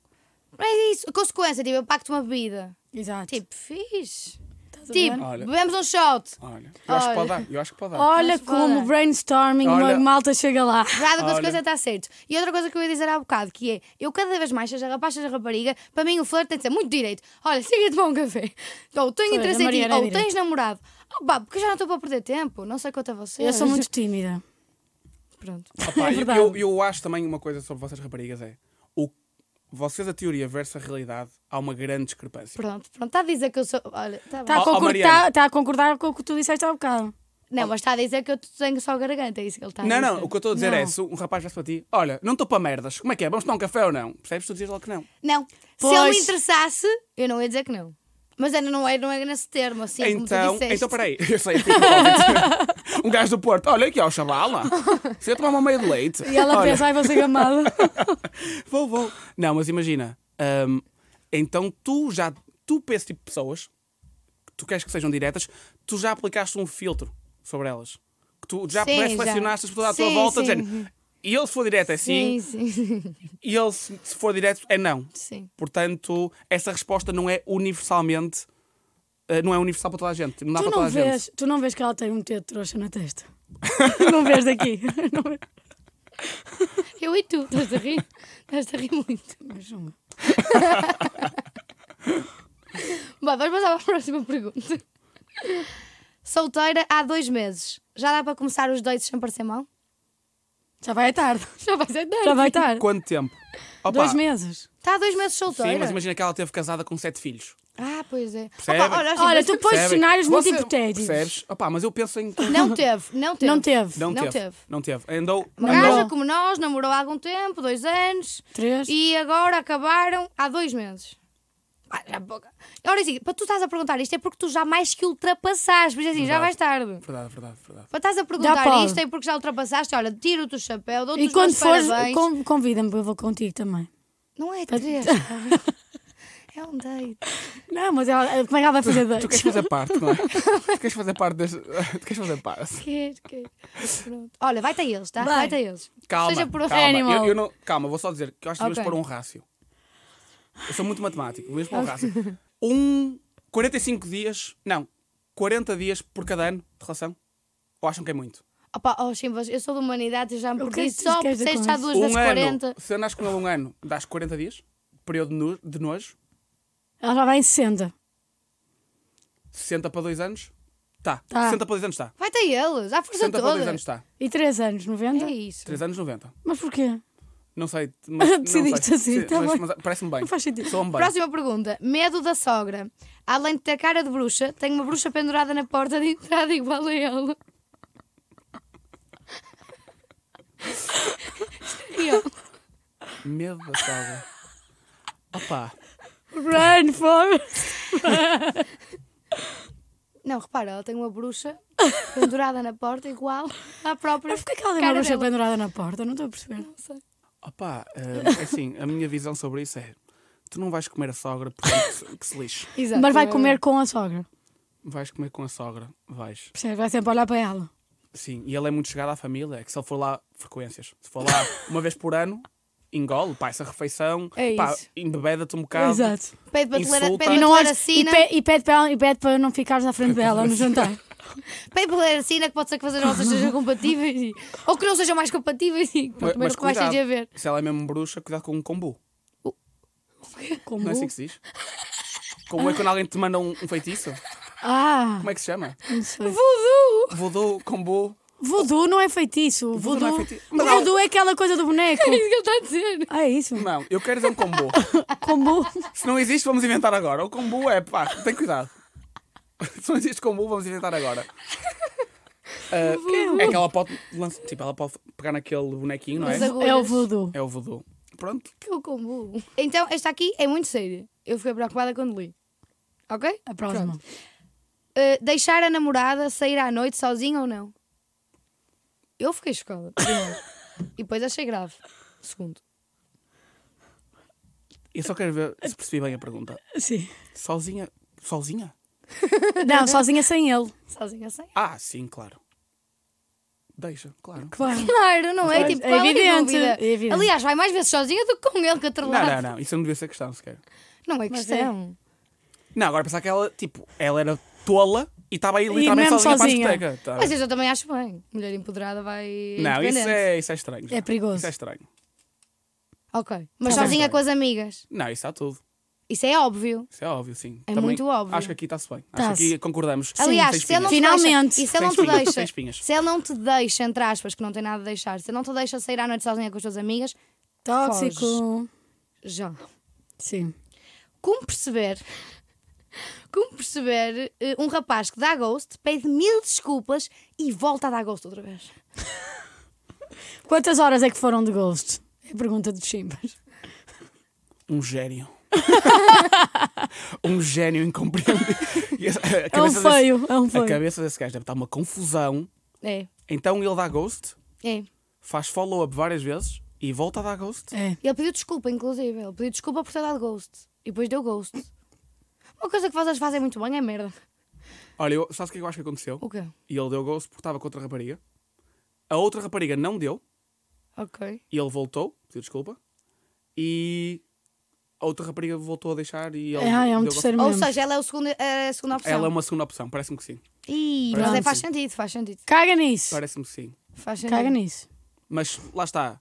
A: Mas é isso. A consequência, tipo, eu pacto uma bebida.
B: Exato.
A: Tipo, fixe.
B: Estás a ver?
A: Tipo,
C: Olha.
A: bebemos um shot.
C: Olha, eu acho que pode
A: Olha.
C: dar. Eu acho que pode dar.
B: Olha
A: Mas bora.
B: como brainstorming,
C: Olha.
B: uma malta chega lá.
A: Verdade, a
C: Olha.
A: consequência está certo. E outra coisa que eu ia dizer há bocado, que é, eu cada vez mais, seja rapaz, seja rapariga, para mim o flerte tem de ser muito direito. Olha, siga tomar um café. Ou tenho
B: Pois,
A: interesse em ti,
B: a Mariana é
A: ou
B: direita.
A: tens namorado. Oh, pá, porque eu já não estou para perder tempo, não sei quanto a vocês.
B: Eu sou muito tímida.
A: Pronto.
C: Opa,
B: É
C: eu-
B: verdade.
C: eu, eu acho também uma coisa sobre vocês raparigas é o vocês a teoria versus a realidade há uma grande discrepância.
A: Pronto, pronto. Está a dizer que eu sou... Olha, está
B: Está
A: bem.
B: a,
C: Oh, oh,
B: concordar,
C: Mariana.
B: tá a concordar com o que tu disseste há bocado.
A: Não, mas está a dizer que eu tenho só garganta, é isso que ele está a
C: Não,
A: dizer.
C: não, o que eu estou a dizer
B: Não.
C: é se um rapaz vai para ti, olha, não estou para merdas, como é que é? Vamos tomar um café ou não? Percebes? Tu dizes logo que não.
A: Não. Se
B: Pois.
A: ele me interessasse, eu não ia dizer que não. Mas ainda não é, não é nesse termo, assim, como tu
C: então,
A: disseste.
C: então peraí, eu sei. eu fui propósito. um gajo do Porto, olha aqui, ao chavala, se eu tomar uma meia de leite.
B: E ela
C: olha,
B: pensa, ai, vou ser gamada.
C: Vou, vou. Não, mas imagina. hum, então tu já. Tu, para esse tipo de pessoas, que tu queres que sejam diretas, tu já aplicaste um filtro sobre elas. Que tu já
A: Sim,
C: pré-selecionaste
A: já.
C: as pessoas à tua
A: Sim,
C: volta,
A: sim.
C: dizendo. E ele, se for direto, é sim.
A: Sim, sim.
C: E ele, se se for direto, é não.
A: Sim.
C: Portanto, essa resposta não é universalmente. eh, Não é universal para toda a gente. Não dá
B: Tu
C: para toda
B: não,
C: a gente.
B: vês, tu não vês que ela tem um teto de trouxa na testa? não vês daqui? Não vês.
A: Eu e tu, estás a rir? Estás a rir muito.
B: Mais uma.
A: Bom, vamos passar para a próxima pergunta. Solteira há dois meses. Já dá para começar os dois sem parecer mal?
B: Já vai à tarde.
A: Já vai ser
B: Já vai estar.
C: Quanto tempo? Opa,
B: Dois meses.
A: Está há dois meses solteira.
C: Sim, mas imagina que ela teve casada com sete filhos.
A: Ah, pois é.
C: Percebem?
A: Opa, olha, assim,
B: Olha,
A: mas-
B: tu pões
C: Percebem?
B: cenários muito
C: Você-
B: hipotéticos.
C: Percebes? Opa, mas eu penso em.
A: Não teve, não teve.
B: Não teve.
C: Não,
A: Não
C: teve.
A: teve.
C: Não teve. Andou.
A: Uma
B: Não.
A: gaja
C: andou.
A: como nós namorou há algum tempo, dois anos,
B: Três.
A: e agora acabaram há dois meses. Ah, já pouca. Ora, assim, para tu estás a perguntar isto é porque tu já mais que ultrapassaste, mas assim, já
C: Verdade.
A: vais tarde.
C: Verdade, verdade, verdade.
A: Para estás a
B: pode.
A: perguntar isto é porque já ultrapassaste, olha, tiro-te o chapéu, dou-te
B: E
A: os
B: quando
A: meus
B: fores,
A: parabéns.
B: con- convida-me, eu vou contigo também.
A: Não é três, pá. é um date.
B: Não, mas ela, como é que ela vai fazer
C: Tu
B: dois?
C: queres fazer parte, não é? tu queres fazer parte das. Tu queres fazer parte.
A: Quer, quer. Pronto. Olha, vai-te a eles, tá?
B: Vai.
A: Vai-te a eles.
C: Calma.
A: Seja por um
C: calma.
B: animal.
C: Eu, eu não, calma, vou só dizer que eu acho que devíamos
A: Ok.
C: pôr um rácio. Eu sou muito matemático, mesmo um rácio. Um 45 dias, não, 40 dias por cada ano de relação. Ou acham que é muito?
A: Opa, oh, sim, vocês- eu sou da humanidade, eu já me
B: O que
A: perdi
B: é que
A: só
B: tu queres dizer
A: porque
B: com
A: já
B: isso?
A: duas
C: Um
A: vezes
C: ano.
A: 40.
C: Se andas com ele um ano, dás 40 dias, período de no- de nojo,
B: Ela já vai em 60.
C: 60 para 2 anos, está.
B: Tá.
C: 60 para 2 anos está.
A: Vai-te a eles, à força
C: 60 para 2
A: é toda.
C: anos está.
B: E tá? 3 anos, 90?
A: É isso.
C: 3 anos 90.
B: Mas porquê?
C: Não sei. Mas, não sei.
B: Decidiste assim,
C: Sim,
B: tá
C: mas,
B: bem.
C: mas parece-me bem.
B: Não faz sentido.
C: Soa-me bem.
A: Próxima pergunta. Medo da sogra. Além de ter cara de bruxa, tem uma bruxa pendurada na porta de entrada igual a ela. E eu,
C: Medo da sogra. Opa.
B: Run, for
A: Não, repara, ela tem uma bruxa pendurada na porta igual à própria.
B: Mas porquê que ela tem uma
A: cara
B: bruxa
A: dela.
B: pendurada na porta? Não estou a perceber.
A: Não sei.
C: Opa, eh, assim, a minha visão sobre isso é: tu não vais comer a sogra, portanto, que se- que se lixe.
A: Exato,
B: Mas vai
A: é
B: comer com a sogra.
C: Vais comer com a sogra, vais.
B: Percebes? Vai sempre olhar para ela.
C: Sim, e ele é muito chegado à família, é que se ele for lá, frequências. Se for lá uma vez por ano, engole, pá, essa refeição,
A: É
C: pá,
A: isso.
C: embebeda-te um bocado.
B: Exato.
A: Pede para te ler,
C: Insulta.
A: pede
C: E
A: para te
B: Não
A: ler
B: olhes-
A: a
B: e,
A: sina.
B: pe- e pede para ela, e pede para não ficares à frente dela no jantar.
A: Pede para ler a sina que pode ser que vocês não sejam compatíveis. e- Ou que não sejam mais compatíveis. e-
C: Ma- Mas,
A: Mas, mas que mais
C: cuidado,
A: seja a ver.
C: se ela é mesmo bruxa, cuidado com um combo.
B: Como?
C: Não é assim que se diz? Como é quando alguém te manda um, um feitiço?
B: Ah,
C: Como é que se chama?
B: não sei.
A: Voodoo!
C: Voodoo, combo.
B: Voodoo não é feitiço. Voodoo,
C: Voodoo não é
B: voodoo, é,
C: feitiço. Mas é-
B: aquela coisa do boneco.
A: É isso que ele está a dizer.
B: Ah, é isso?
C: Não, eu quero dizer um combo.
B: Como?
C: Se não existe, vamos inventar agora. O combo é, pá, tem cuidado. Se não existe combo, vamos inventar agora. Ah, é que ela pode, lançar, tipo, ela pode pegar naquele bonequinho, não é?
A: Mas agora-
B: É o voodoo.
C: É o voodoo. Pronto.
A: Que eu combo. Então, esta aqui é muito séria. Eu fiquei preocupada quando li. Ok?
B: A próxima.
A: Pronto. Uh, deixar a namorada sair à noite sozinha ou não? Eu fiquei chocada. primeiro. e depois achei grave. Segundo.
C: Eu só quero ver se percebi bem a pergunta.
B: Sim.
C: Sozinha? Sozinha?
B: Não, sozinha sem ele.
A: Sozinha assim?
C: Ah, sim, claro. Deixa, claro.
B: Claro.
A: Claro, não é?
B: Pois,
A: Tipo,
B: é
A: qual a
B: evidente,
A: dúvida?
B: é evidente.
A: Aliás, vai mais vezes sozinha do que com ele que
C: Não, não,
A: atrelado.
C: não. Isso não devia ser questão sequer.
A: Não, é
B: Mas
A: questão.
C: Não, agora pensar que ela, tipo, ela era tola e estava aí
B: E
C: literalmente
B: mesmo
C: sozinha,
B: sozinha.
C: para a discoteca. Tá.
A: Mas eu já também acho bem. Mulher empoderada vai.
C: Não, isso
A: independente.
C: é, isso é estranho. já.
B: É perigoso.
C: Isso é estranho.
A: Ok. Mas
C: Tá bem.
A: sozinha com as amigas.
C: Não, isso está tudo.
A: Isso é óbvio.
C: Isso é óbvio, sim.
A: É muito óbvio.
C: Acho que aqui está-se bem. Acho
B: Tá-se.
C: que aqui concordamos.
A: Aliás,
C: Sem
A: se ele não
C: espinhas.
A: te
B: Finalmente.
A: deixa, e se
C: Sem
A: ele não te
C: espinhas,
A: deixa,
C: sem espinhas.
A: se ele não te deixa, entre aspas, que não tem nada a deixar, se ele não te deixa sair à noite sozinha com as tuas amigas,
B: Tóxico.
A: já.
B: Sim.
A: Como perceber? Como perceber eh, um rapaz que dá ghost, pede mil desculpas e volta a dar ghost outra vez?
B: Quantas horas é que foram de ghost? É a pergunta dos chimbas.
C: Um gênio. um gênio incompreendido. E a- a
B: É um
C: cabeça desse-
B: feio, é um
C: A
B: feio.
C: cabeça desse gajo deve estar uma confusão.
A: É,
C: Então ele dá ghost,
A: é.
C: faz follow-up várias vezes e volta a dar ghost.
B: É.
A: Ele pediu desculpa, inclusive. Ele pediu desculpa por ter dado ghost. E depois deu ghost. Uma coisa que vocês fazem muito bem é merda.
C: Olha, eu, sabes o que é que eu acho que aconteceu?
A: O quê?
C: E ele deu ghost porque estava com outra rapariga. A outra rapariga não deu
A: Ok.
C: e ele voltou, pediu desculpa. E a outra rapariga voltou a deixar e ele.
B: Ah, é um
C: deu ghost.
B: terceiro
A: Ou
B: membro.
A: seja, ela é o segundo- é a segunda opção.
C: Ela é uma segunda opção, parece-me que sim.
A: Ih, mas é,
B: Pronto.
A: faz sentido, faz sentido.
B: Caga nisso.
C: Parece-me que sim.
A: Faz sentido.
B: Caga nisso.
C: Mas lá está.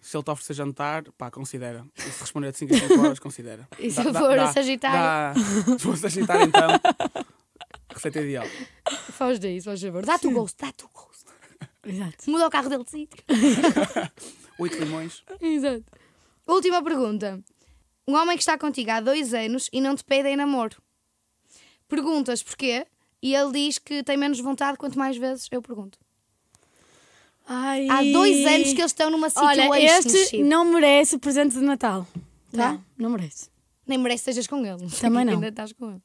C: Se ele te oferecer jantar, pá, considera. E se responder de 5 a 5 horas, considera.
A: E se for Sagitário?
C: dá- Se for Sagitário, então. Receita ideal.
A: Faz daí, se faz favor. Dá-te o gosto, dá-te o gosto.
B: Exato.
A: Muda o carro dele de sítio.
C: Oito limões.
B: Exato.
A: Última pergunta. Um homem que está contigo há dois anos e não te pede em namoro. Perguntas porquê e ele diz que tem menos vontade quanto mais vezes eu pergunto.
B: Ai.
A: Há dois anos que um eles estão numa
B: Olha,
A: situationship.
B: este não merece o presente de Natal. Tá?
A: Não.
B: Não, merece.
A: Nem merece que estejas com ele.
B: Também não.
A: Ainda estás com ele.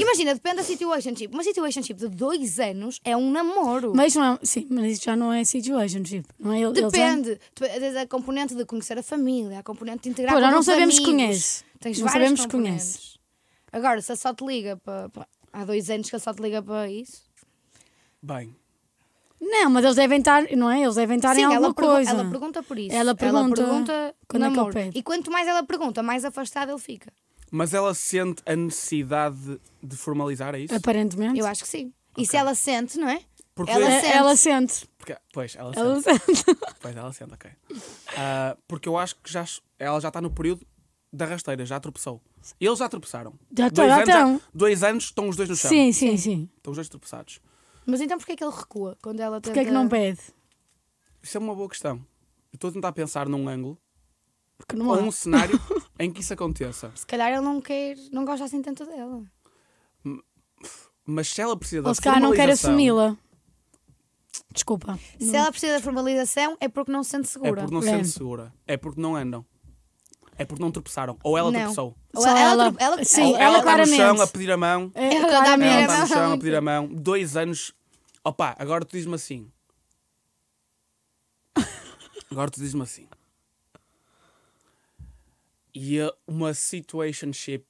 A: Imagina, depende da situationship. Uma situationship de dois anos é um namoro.
B: Mas não é, sim, mas isso já não é situationship. Não é ele, eles andam-
A: Depende. Depende da componente de conhecer a família, a componente de integrar
B: Pô, já
A: com
B: não
A: os
B: sabemos que
A: amigos.
B: conhece.
A: Tens
B: Não
A: várias
B: sabemos que
A: componentes.
B: conhece.
A: Agora, se ele só te liga para. para- Há dois anos que ele só te liga para isso.
C: Bem,
B: Não, mas eles devem estar, não é? Eles devem estar em
A: sim,
B: alguma
A: ela, pergu-
B: coisa.
A: ela pergunta por isso.
B: Ela pergunta
A: pergunta
B: quando é que eu
A: namoro.
B: pego.
A: E quanto mais ela pergunta, mais afastado ele fica.
C: mas ela sente a necessidade de formalizar, é isso?
B: Aparentemente.
A: Eu acho que sim. E se ela sente, não é?
C: Porque,
A: ela
B: É-
A: sente.
B: Ela sente.
C: porque- pois, ela sente.
B: Ela sente.
C: Pois, ela sente, ok. Ah, porque eu acho que já, ela já está no período da rasteira, já tropeçou. Eles já tropeçaram.
B: Já
C: dois,
B: já
C: anos, já-
B: estão.
C: dois anos estão os dois no chão.
B: Sim, sim, sim.
C: Estão os dois tropeçados.
A: Mas então porquê é que ele recua quando ela tenta...
B: Porquê é que não pede?
C: Isso é uma boa questão. Eu estou a tentar pensar num ângulo
B: Porque não
C: ou
B: há.
C: um cenário em que isso aconteça.
A: Se calhar ele não quer, não gosta assim tanto dela.
C: Mas se ela precisa da
B: Ou se calhar não quer
C: formalização,
B: assumi-la. Desculpa.
A: Se ela precisa da formalização, é porque não se sente
C: É
A: segura.
C: porque não se
B: É.
C: sente segura. É porque não andam. É porque não tropeçaram. Ou ela
A: Não.
C: tropeçou.
A: Ou
B: Só
A: ela-
B: ela.
A: ela- ela-
B: Sim,
A: ou
C: Ela,
B: ela,
C: está
B: claramente.
C: no chão a pedir a mão.
B: É,
A: Ela dá
B: claramente.
A: a
C: Ela
A: pedir
C: está no
A: mão.
C: chão a é pedir a mão. Dois anos. Opa, agora tu dizes-me assim. Agora tu dizes-me assim. E é uma situationship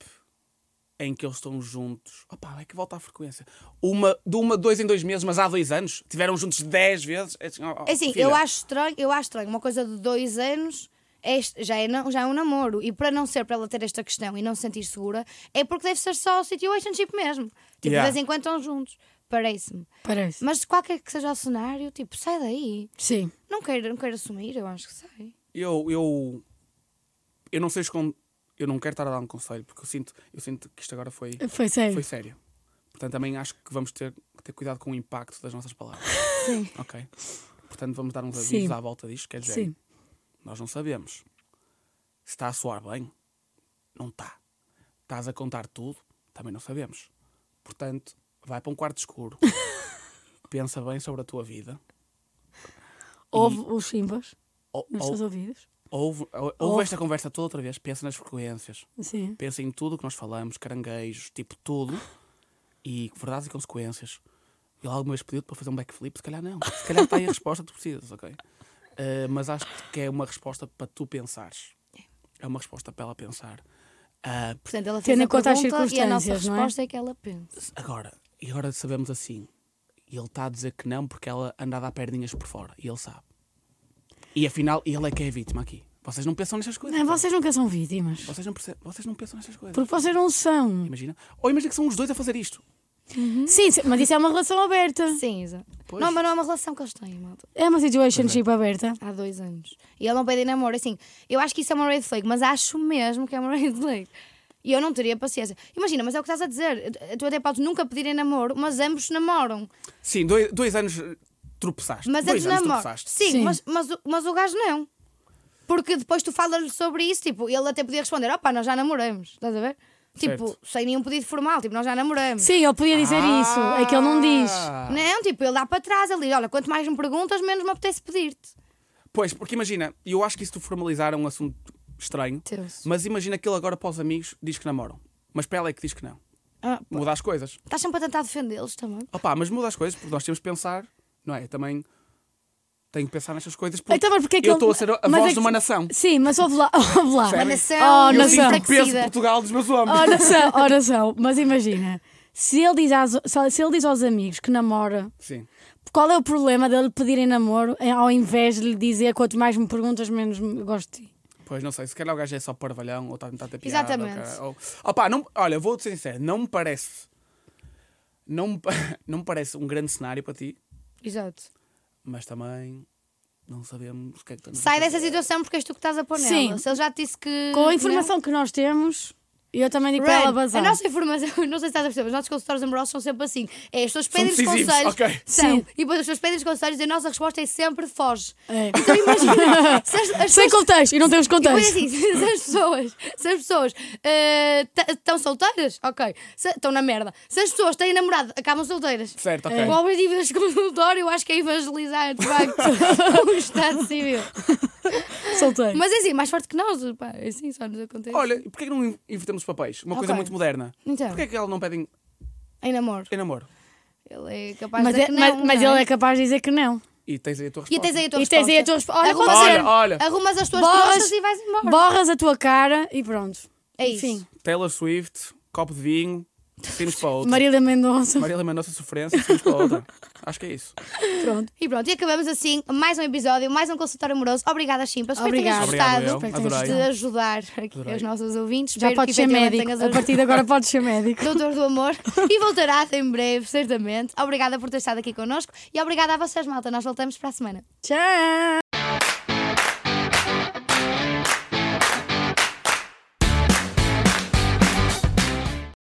C: em que eles estão juntos. Opa, é que volta à frequência. Uma, de uma, dois em dois meses, mas há dois anos. Tiveram juntos dez vezes. É assim, ó, ó,
A: É assim,
C: filha,
A: eu acho estranho, eu acho estranho. Uma coisa de dois anos é est- já, é não- já é um namoro. E para não ser para ela ter esta questão e não se sentir segura, é porque deve ser só o situationship mesmo. Tipo,
C: Yeah.
A: de vez em quando estão juntos. Parece-me.
B: Parece.
A: Mas de qualquer que seja o cenário, tipo, sai daí.
B: Sim.
A: Não quero, não quero assumir, eu acho que sai.
C: Eu, eu, eu não sei esconder. Eu não quero estar a dar um conselho, porque eu sinto, eu sinto que isto agora foi.
B: Foi sério.
C: Foi sério. Portanto, também acho que vamos ter que ter cuidado com o impacto das nossas palavras.
A: Sim.
C: Ok? Portanto, vamos dar uns
B: Sim.
C: avisos à volta disto. Quer dizer,
B: Sim.
C: nós não sabemos se está a soar bem. Não está. Estás a contar tudo? Também não sabemos. Portanto, vai para um quarto escuro. Pensa bem sobre a tua vida.
B: Ouve os chimbas
C: Ou-
B: nos
C: ou-
B: teus ouvidos.
C: ouve- ou- ouve
B: Ouve.
C: esta conversa toda outra vez. Pensa nas frequências.
B: Sim.
C: Pensa em tudo o que nós falamos, caranguejos, tipo tudo. E verdades e consequências. Ele alguma vez pediu-te para fazer um backflip? Se calhar não. Se calhar está aí a resposta que tu precisas, ok? Eh, mas acho que é uma resposta para tu pensares. É uma resposta para ela pensar. Ah,
A: Portanto, ela fez
B: Tendo em
A: a
B: conta as
A: pergunta e a nossa
B: circunstâncias, não é?
A: resposta é? que ela pensa.
C: agora, e agora sabemos assim. E ele está a dizer que não porque ela anda a dar perdinhas por fora. E ele sabe. E afinal, ele é que é a vítima aqui. Vocês não pensam nestas coisas. tá?
B: Não, vocês nunca são vítimas.
C: Vocês não, perce- vocês não pensam nestas coisas.
B: Porque vocês não são.
C: Imagina. Ou imagina que são os dois a fazer isto.
A: Uhum.
B: Sim, sim, mas isso é uma relação aberta.
A: Sim, exato.
C: Pois.
A: Não, mas não é uma relação que eles têm, malta.
B: É uma situationship aberta.
A: Há dois anos. E ele não pede em namoro. Assim, eu acho que isso é uma red flag, mas acho mesmo que é uma red flag. E eu não teria paciência. Imagina, mas é o que estás a dizer. Tu até podes nunca pedir em namoro, mas ambos namoram.
C: Sim, dois, dois anos eh, tropeçaste.
B: é
A: Mas
C: dois
A: antes
C: anos
A: namoro.
C: tropeçaste.
A: Sim,
B: Sim.
A: Mas, mas, o- mas o gajo não. Porque depois tu falas-lhe sobre isso, tipo, ele até podia responder: opá, nós já namoramos, estás a ver? Tipo,
C: Certo.
A: sem nenhum pedido formal, tipo, nós já namoramos.
B: Sim, ele podia dizer isso. É que ele não diz.
C: Ah.
A: Não, tipo, ele dá para trás ali: olha, quanto mais me perguntas, menos me apetece pedir-te.
C: Pois, porque imagina, eu acho que isso de formalizar é um assunto estranho.
A: Tenso.
C: Mas imagina que ele agora para os amigos diz que namoram. Mas para ela é que diz que não.
A: Ah, pá.
C: Muda as coisas.
A: Estás sempre a tentar defendê-los também.
C: Opa, mas muda as coisas porque nós temos que pensar, não é? Eu também tenho que pensar nestas coisas porque,
B: Então, mas porque é que
C: eu
B: ele-
C: estou a ser a
B: mas
C: voz
B: é
C: de
B: que-
C: uma nação.
B: Sim, mas ouve lá. Ouve lá.
C: Percebem?
A: nação
B: Oh,
A: e eu
C: eu
B: nação.
C: sinto o peso de
A: enfraquecida.
C: Portugal dos meus ombros.
B: Oh, nação, oh, nação. Mas imagina. Se ele, diz às- se ele diz aos amigos que namora,
C: Sim.
B: qual é o problema dele pedir em namoro eh, ao invés de lhe dizer quanto mais me perguntas, menos me gosto de ti?
C: Pois não sei, se calhar o gajo é só parvalhão ou está a tentar ter piada.
A: Exatamente.
C: ou cara- Ou, Opa, não, olha, vou-te ser sincero, não me parece. Não me, pa- não me parece um grande cenário para ti,
A: Exato.
C: mas também não sabemos o que é que estamos a
A: Sai
C: fazer.
A: dessa situação porque és tu que estás a pôr nela.
B: Sim.
A: Se ele já te disse que.
B: Com a informação que nós temos, E eu também digo para ela
A: Ren,
B: bazar.
A: a nossa informação, não sei se estás a perceber, os nossos consultórios amorosos são sempre assim. É, as pessoas pedem-nos
C: decisivos,
A: conselhos.
C: ok.
A: São.
B: Sim.
A: E depois as pessoas pedem-nos conselhos e a nossa resposta é sempre foge.
B: É.
A: Então imagina, se as, as
B: Sem
A: pessoas-
B: contexto, e não temos
A: e depois
B: contexto.
A: assim, se as pessoas, se as pessoas eh, estão solteiras, ok, estão na merda. Se as pessoas têm namorado, acabam solteiras.
C: Certo, ok.
A: O objetivo deste consultório, eu acho que é evangelizar, de facto, o Estado Civil.
B: Soltei.
A: Mas é assim, mais forte que nós, pá, é assim só nos acontece.
C: Olha, e porquê que não invertemos os papéis? Uma coisa
A: Ok.
C: muito moderna.
A: Então,
C: Porquê que ela não pede em,
A: em namoro.
C: em namoro?
A: Ele é capaz
B: Mas,
A: de
B: é-
A: dizer que
B: mas-
A: não,
B: mas
A: não
B: ele é capaz de dizer que não. é
C: E tens aí a tua resposta.
A: E tens aí a tua
B: E tens aí a tua resposta. Olha,
A: Arruma
B: como
C: Olha,
B: ser.
C: olha.
A: Arrumas as tuas
B: Borras-
A: costas e vais embora.
B: Borras a tua cara e pronto.
A: É isso.
B: Enfim,
C: Taylor Swift, copo de vinho, sinos para outra.
B: Marília Mendonça.
C: Marília Mendonça sofrência, sinos para outra. Acho que é isso.
B: Pronto.
A: E pronto, e acabamos assim mais um episódio, mais um consultório amoroso. Obrigada, Chimpa. Espero que tenhas
B: Obrigada.
A: gostado
C: Obrigado,
B: Espero
C: eu.
B: que tenhas
A: de
C: Adorei.
B: gostado.
A: ajudar aqui
C: Adorei.
A: os nossos ouvintes.
B: Já
A: Espero que
B: podes ser
A: efetivamente
B: médico.
A: tenhas
B: A partir de agora podes ser médico.
A: Doutor do Amor e voltará em breve, certamente. Obrigada por ter estado aqui connosco e obrigada a vocês, malta. Nós voltamos para a semana.
B: Tchau!